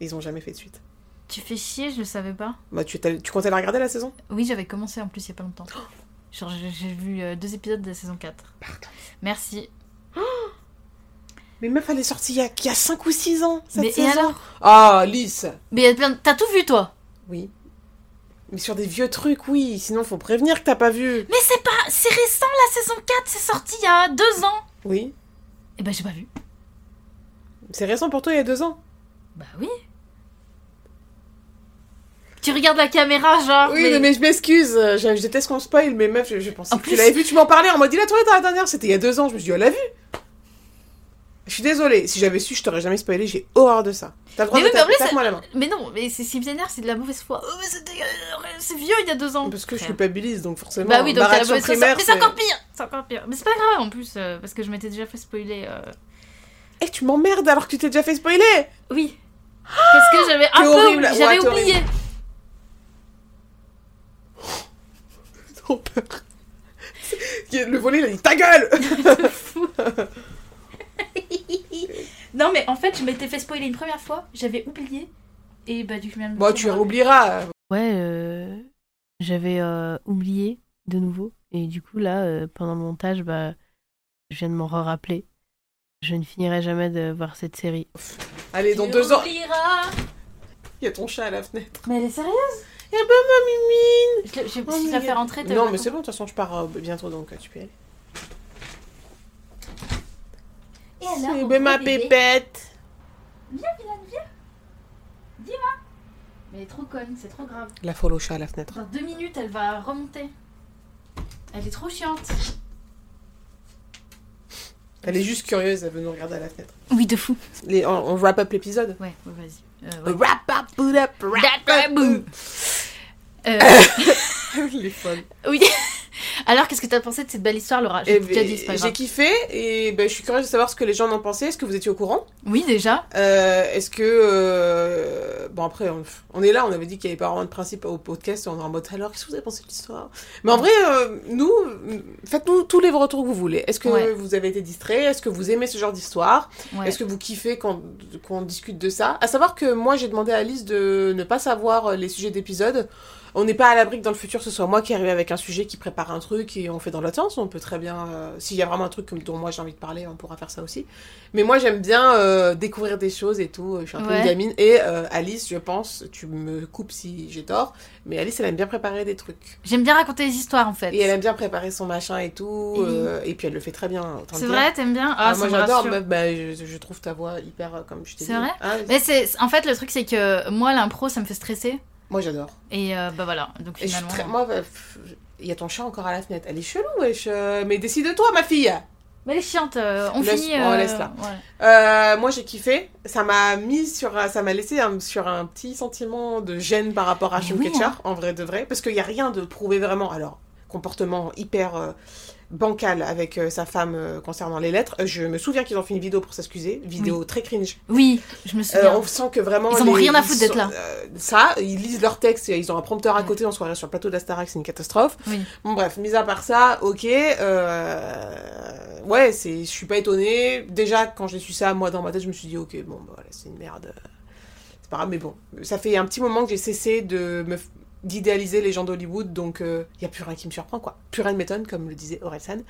A: Ils ont jamais fait de suite.
B: Tu fais chier, je le savais pas.
A: Bah, tu, t'as- tu comptais la regarder la saison
B: Oui, j'avais commencé en plus il y a pas longtemps. Genre, j'ai j'ai vu euh, deux épisodes de la saison 4. Merci.
A: Mais meuf, elle est sortie il y a, il y a 5 ou 6 ans. Cette
B: Mais et
A: saison.
B: alors
A: Ah, Lys
B: Mais y a plein- t'as tout vu toi
A: Oui. Mais sur des vieux trucs, oui. Sinon, faut prévenir que t'as pas vu.
B: Mais c'est pas. C'est récent la saison 4, c'est sorti il y a deux ans
A: Oui.
B: Eh ben j'ai pas vu.
A: C'est récent pour toi, il y a 2 ans.
B: Bah oui. Tu regardes la caméra, genre.
A: Oui, mais, je m'excuse, euh, je, je déteste qu'on spoil, mais meuf, je, je pensais
B: En
A: que
B: plus-
A: tu l'avais vu, tu m'en parlais en mode il a trouvé dans la dernière, c'était il y a deux ans, je me suis dit, oh, elle l'a vu Je suis désolée, si j'avais su, je t'aurais jamais spoilé, j'ai horreur de ça. T'as le droit
B: Mais
A: de
B: oui, mais en
A: taper,
B: plus,
A: tape-moi la main.
B: Mais non, mais c'est si bien c'est de la mauvaise foi. Oh, mais c'est dégueulasse, c'est vieux il y a deux ans.
A: Parce que je
B: Frère.
A: culpabilise, donc forcément,
B: Bah oui, donc t'as la
A: barrage sur
B: mauvaise foi.
A: primaire,
B: Mais c'est
A: c'est-
B: encore pire. C'est encore pire. Mais c'est pas grave en plus, euh, parce que je m'étais déjà fait spoiler. euh,
A: Eh, tu m'emmerdes alors que tu t'es déjà fait spoiler (laughs)
B: Oui. Parce que j'avais
A: (gasps)
B: un
A: T'es
B: peu
A: horrible.
B: oubli-
A: Ouais,
B: j'avais
A: t'es
B: oublié.
A: Trop peur. Le volet, il a dit ta gueule
B: De fou. non mais en fait, je m'étais fait spoiler une première fois, j'avais oublié. Et bah du coup, même.
A: Bon, tu oublieras.
D: Ouais, euh, j'avais euh, oublié de nouveau. Et du coup, là, euh, pendant le montage, bah, je viens de m'en rappeler. Je ne finirai jamais de voir cette série.
A: Allez, dans deux ans,
B: ans.
A: il y a ton chat à la fenêtre.
B: Mais elle est sérieuse
A: Eh ben, ma mimi
B: Je, l'ai- je,
A: Oh,
B: si je
A: mais
B: la
A: il y
B: fais
A: a-
B: rentrer, t'as
A: Non,
B: pas
A: mais c'est bon, de toute façon, je pars euh, bientôt, donc euh, tu peux y aller.
B: Et alors,
A: C'est
B: mon
A: ben ma
B: gros bébé
A: pépette
B: Mais elle est trop conne, c'est trop grave.
A: La folle au chat à la fenêtre.
B: Dans deux minutes, elle va remonter. Elle est trop chiante.
A: Elle est juste curieuse, elle veut nous regarder à la fenêtre.
B: Oui, de fou.
A: Les- on, on wrap up l'épisode
B: Ouais, ouais, vas-y. Euh, ouais.
A: Wrap up, boot up, Ah wrap up
B: Boo. Euh,
A: Les folles.
B: oui. Alors, qu'est-ce que t'as pensé de cette belle histoire, Laura
A: Eh
B: Ah, J'ai déjà
A: ben,
B: dit, c'est pas
A: J'ai
B: grave.
A: kiffé et ben, je suis curieuse de savoir ce que les gens en pensaient. Est-ce que vous étiez au courant
B: Oui, déjà.
A: Euh, Est-ce que. euh, Bon, après, on, on est là, on avait dit qu'il n'y avait pas vraiment de principe au podcast, on est en mode alors, qu'est-ce que vous avez pensé de l'histoire Mais en vrai, euh, nous, euh, faites-nous tous les retours que vous voulez. Est-ce que
B: Ouais.
A: vous avez été distrait Est-ce que vous aimez ce genre d'histoire
B: Ouais.
A: Est-ce que vous kiffez quand, qu'on discute de ça À savoir que moi, j'ai demandé à Alice de ne pas savoir euh, les sujets d'épisodes. On n'est pas à l'abri que dans le futur, ce soit moi qui arrive avec un sujet, qui prépare un truc et on fait dans l'autre sens. On peut très bien, euh, s'il y a vraiment un truc comme dont moi j'ai envie de parler, on pourra faire ça aussi. Mais moi, j'aime bien euh, découvrir des choses et tout. Je suis un peu une
B: Ouais.
A: gamine. Et euh, Alice, je pense, tu me coupes si j'ai tort, mais Alice, elle aime bien préparer des trucs.
B: J'aime bien raconter les histoires, en fait.
A: Et elle aime bien préparer son machin et tout.
B: Mhm.
A: euh, et puis elle le fait très bien. autant le
B: C'est
A: dire.
B: vrai, t'aimes bien
A: Ah,
B: Ah,
A: moi
B: ça me
A: j'adore,
B: rassure.
A: meuf, bah, je, je trouve ta voix hyper euh, comme je t'ai dit.
B: C'est vrai
A: Ah,
B: Mais c'est, en fait, le truc, c'est que moi, l'impro, ça me fait stresser.
A: Moi j'adore.
B: Et euh, bah voilà. Donc
A: Et je suis
B: finalement.
A: très- Moi, bah, pff, il y a ton chat encore à la fenêtre. Elle est chelou, wesh. euh, Mais décide-toi, ma fille
B: Mais elle est chiante. euh, on
A: Laisse-
B: finit.
A: on
B: euh,
A: laisse là.
B: ouais.
A: Euh, Moi j'ai kiffé. Ça m'a mis sur. un- Ça m'a laissé un- sur un petit sentiment de gêne par rapport à
B: Mais
A: Show
B: oui,
A: Ketcher, en vrai de vrai. Parce qu'il n'y a rien de prouvé vraiment. Alors, comportement hyper. euh, bancal avec euh, sa femme euh, concernant les lettres. Euh, Je me souviens qu'ils ont fait une vidéo pour s'excuser, vidéo très cringe.
B: Oui, je me
A: Euh,
B: souviens.
A: on sent que vraiment.
B: Ils en ont
A: les-
B: rien à
A: ils
B: foutre d'être
A: sont-
B: là.
A: euh, ça, ils lisent leur texte, et ils ont un prompteur à
B: Ouais.
A: côté en soirée sur le plateau d'Astarac, c'est une catastrophe.
B: Oui.
A: Bon, bref, mis à part ça, ok. euh, Ouais, c'est... je suis pas étonnée. Déjà, quand j'ai su ça, moi, dans ma tête, je me suis dit, ok, bon, bah, voilà, c'est une merde. C'est pas grave, mais bon. Ça fait un petit moment que j'ai cessé de me f- d'idéaliser les gens d'Hollywood, donc il y a plus rien qui me surprend, quoi. Plus rien ne m'étonne, comme le disait Orelsan.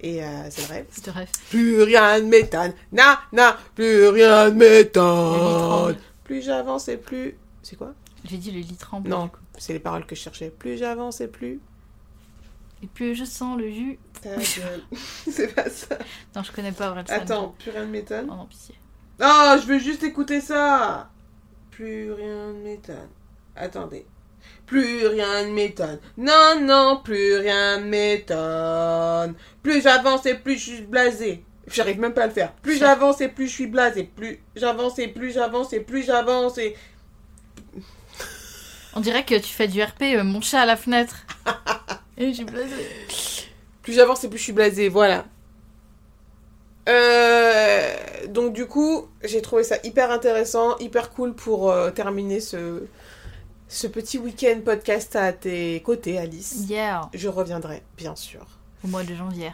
A: Et euh, c'est vrai.
B: C'est de rêve.
A: Plus rien ne m'étonne, na na, plus rien ne
B: Le lit
A: m'étonne.
B: tremble.
A: Plus j'avance et plus. C'est quoi
B: J'ai dit le lit tremble.
A: Non, c'est les paroles que je cherchais. Plus j'avance et plus.
B: Et plus je sens le jus.
A: (laughs) Ta gueule. c'est pas ça.
B: Non, je connais pas Aurel San.
A: Attends, plus rien ne
B: Oh
A: m'étonne.
B: non, pitié.
A: Ah, je veux juste écouter ça. Plus rien ne m'étonne. Attendez. Plus rien ne m'étonne. Non, non, plus rien ne m'étonne. Plus j'avance et plus je suis blasé. J'arrive même pas à le faire. Plus j'avance et plus je suis blasé. Plus j'avance et plus j'avance et plus j'avance et.
B: On dirait que tu fais du RP, euh, mon chat à
A: (laughs)
B: la fenêtre. Et j'ai blasé.
A: Plus j'avance et plus je suis blasée, voilà. Euh, donc du coup, j'ai trouvé ça hyper intéressant, hyper cool pour euh, terminer ce, ce petit week-end podcast à tes côtés, Alice.
B: Hier.
A: Je reviendrai, bien sûr.
B: Au mois de janvier.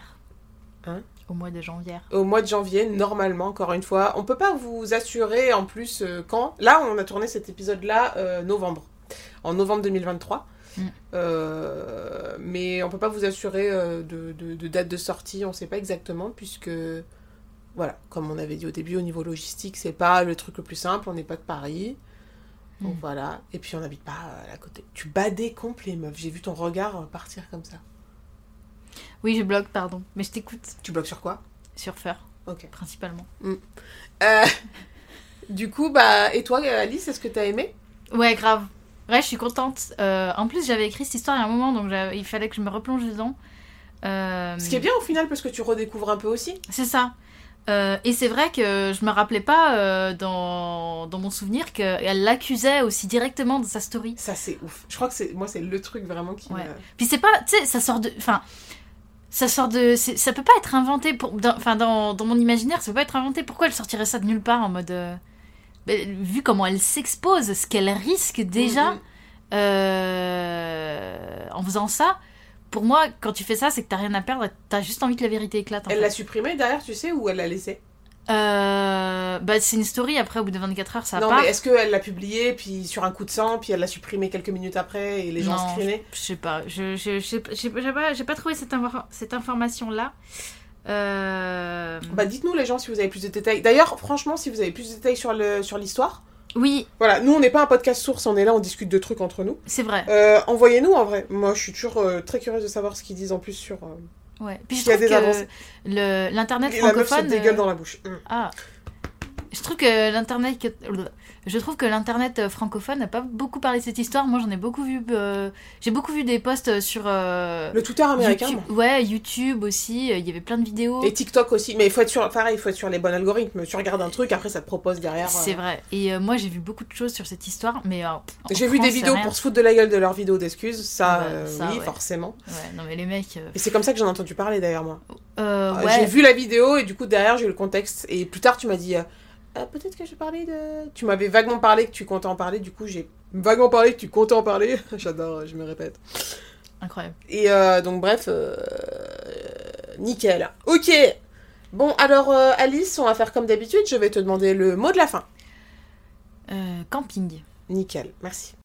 A: Hein
B: Au mois de janvier.
A: Au mois de janvier, normalement, encore une fois. On peut pas vous assurer en plus euh, quand. Là, on a tourné cet épisode-là euh, novembre, en novembre 2023.
B: Mm.
A: Euh, mais on peut pas vous assurer euh, de, de- de date de sortie, on sait pas exactement, puisque, voilà, comme on avait dit au début, au niveau logistique, c'est pas le truc le plus simple, on n'est pas de Paris. Donc
B: Mm.
A: voilà, et puis on n'habite pas euh, à côté. Tu badais complet, meuf, j'ai vu ton regard euh, partir comme ça.
B: Oui, je bloque, pardon. Mais je t'écoute.
A: Tu bloques sur quoi
B: Sur Fur,
A: Ok.
B: principalement.
A: Euh, du coup, bah, et toi, Alice, est-ce que t'as aimé
B: Ouais, grave. Ouais, je suis contente. Euh, en plus, j'avais écrit cette histoire il y a un moment, donc j'avais- il fallait que je me replonge dedans. Euh,
A: Ce qui est bien au final, parce que tu redécouvres un peu aussi.
B: C'est ça. Euh, et c'est vrai que je me rappelais pas euh, dans, dans mon souvenir qu'elle l'accusait aussi directement de sa story.
A: Ça, c'est ouf. Je crois que c'est moi, c'est le truc vraiment qui.
B: Ouais.
A: m'a-
B: Puis c'est pas, tu sais, ça sort de, enfin, ça sort de, c'est- ça peut pas être inventé pour, dans- enfin dans, dans mon imaginaire, ça peut pas être inventé. Pourquoi elle sortirait ça de nulle part en mode, euh, ben, vu comment elle s'expose, ce qu'elle risque déjà
A: Mm, mm.
B: euh, en faisant ça. Pour moi, quand tu fais ça, c'est que t'as rien à perdre, t'as juste envie que la vérité éclate. en
A: Elle
B: fait.
A: l'a supprimé derrière, tu sais, ou elle l'a laissé
B: Euh, bah, c'est une story, après, au bout de 24 heures, ça
A: Non,
B: part.
A: mais est-ce qu'elle l'a publié, puis sur un coup de sang, puis elle l'a supprimé quelques minutes après, et les gens
B: Non.
A: screenaient
B: Je sais pas, je, je, je sais pas- j'ai pas- j'ai pas, j'ai pas trouvé cette, infor- cette information-là. Euh,
A: Bah, dites-nous, les gens, si vous avez plus de détails. D'ailleurs, franchement, si vous avez plus de détails sur le sur l'histoire,
B: Oui,
A: voilà, nous, on n'est pas un podcast source, on est là, on discute de trucs entre nous.
B: c'est vrai.
A: Euh, Envoyez-nous, en vrai. Moi, je suis toujours euh, très curieuse de savoir ce qu'ils disent en plus sur... euh,
B: Ouais. Puis je
A: Il y a
B: trouve
A: des
B: que
A: avancées.
B: le- l'Internet
A: Et la meuf se
B: francophone...
A: dégueule
B: euh,
A: dans la bouche. Mm.
B: Ah. Je trouve que l'internet, que- je trouve que l'internet euh, francophone n'a pas beaucoup parlé de cette histoire. Moi, j'en ai beaucoup vu. euh, J'ai beaucoup vu des posts sur euh,
A: Le Twitter américain,
B: YouTube. Ouais, YouTube aussi. euh, Il y avait plein de vidéos.
A: Et TikTok aussi, mais il faut être sur, pareil, il faut être sur les bons algorithmes. Tu regardes un truc, après ça te propose derrière. euh.
B: C'est vrai. Et euh, moi, j'ai vu beaucoup de choses sur cette histoire, mais euh, en
A: J'ai vu
B: France,
A: des
B: c'est
A: vidéos
B: rien.
A: pour se foutre de la gueule de leurs vidéos d'excuses, ça,
B: Ouais,
A: euh,
B: ça,
A: oui,
B: ouais.
A: forcément.
B: Ouais, non mais les mecs. euh,
A: Et c'est comme ça que j'en ai entendu parler d'ailleurs, moi.
B: euh,
A: Euh,
B: ouais.
A: J'ai vu la vidéo et du coup derrière j'ai eu le contexte. Et plus tard tu m'as dit, euh, Ah, peut-être que je parlais de. Tu m'avais vaguement parlé que tu comptais en parler, du coup j'ai vaguement parlé que tu comptais en parler. (laughs) J'adore, euh, je me répète.
B: Incroyable.
A: Et euh, donc bref, euh, nickel. Ok. Bon, alors euh, Alice, on va faire comme d'habitude, je vais te demander le mot de la fin.
B: Euh, camping.
A: Nickel, merci.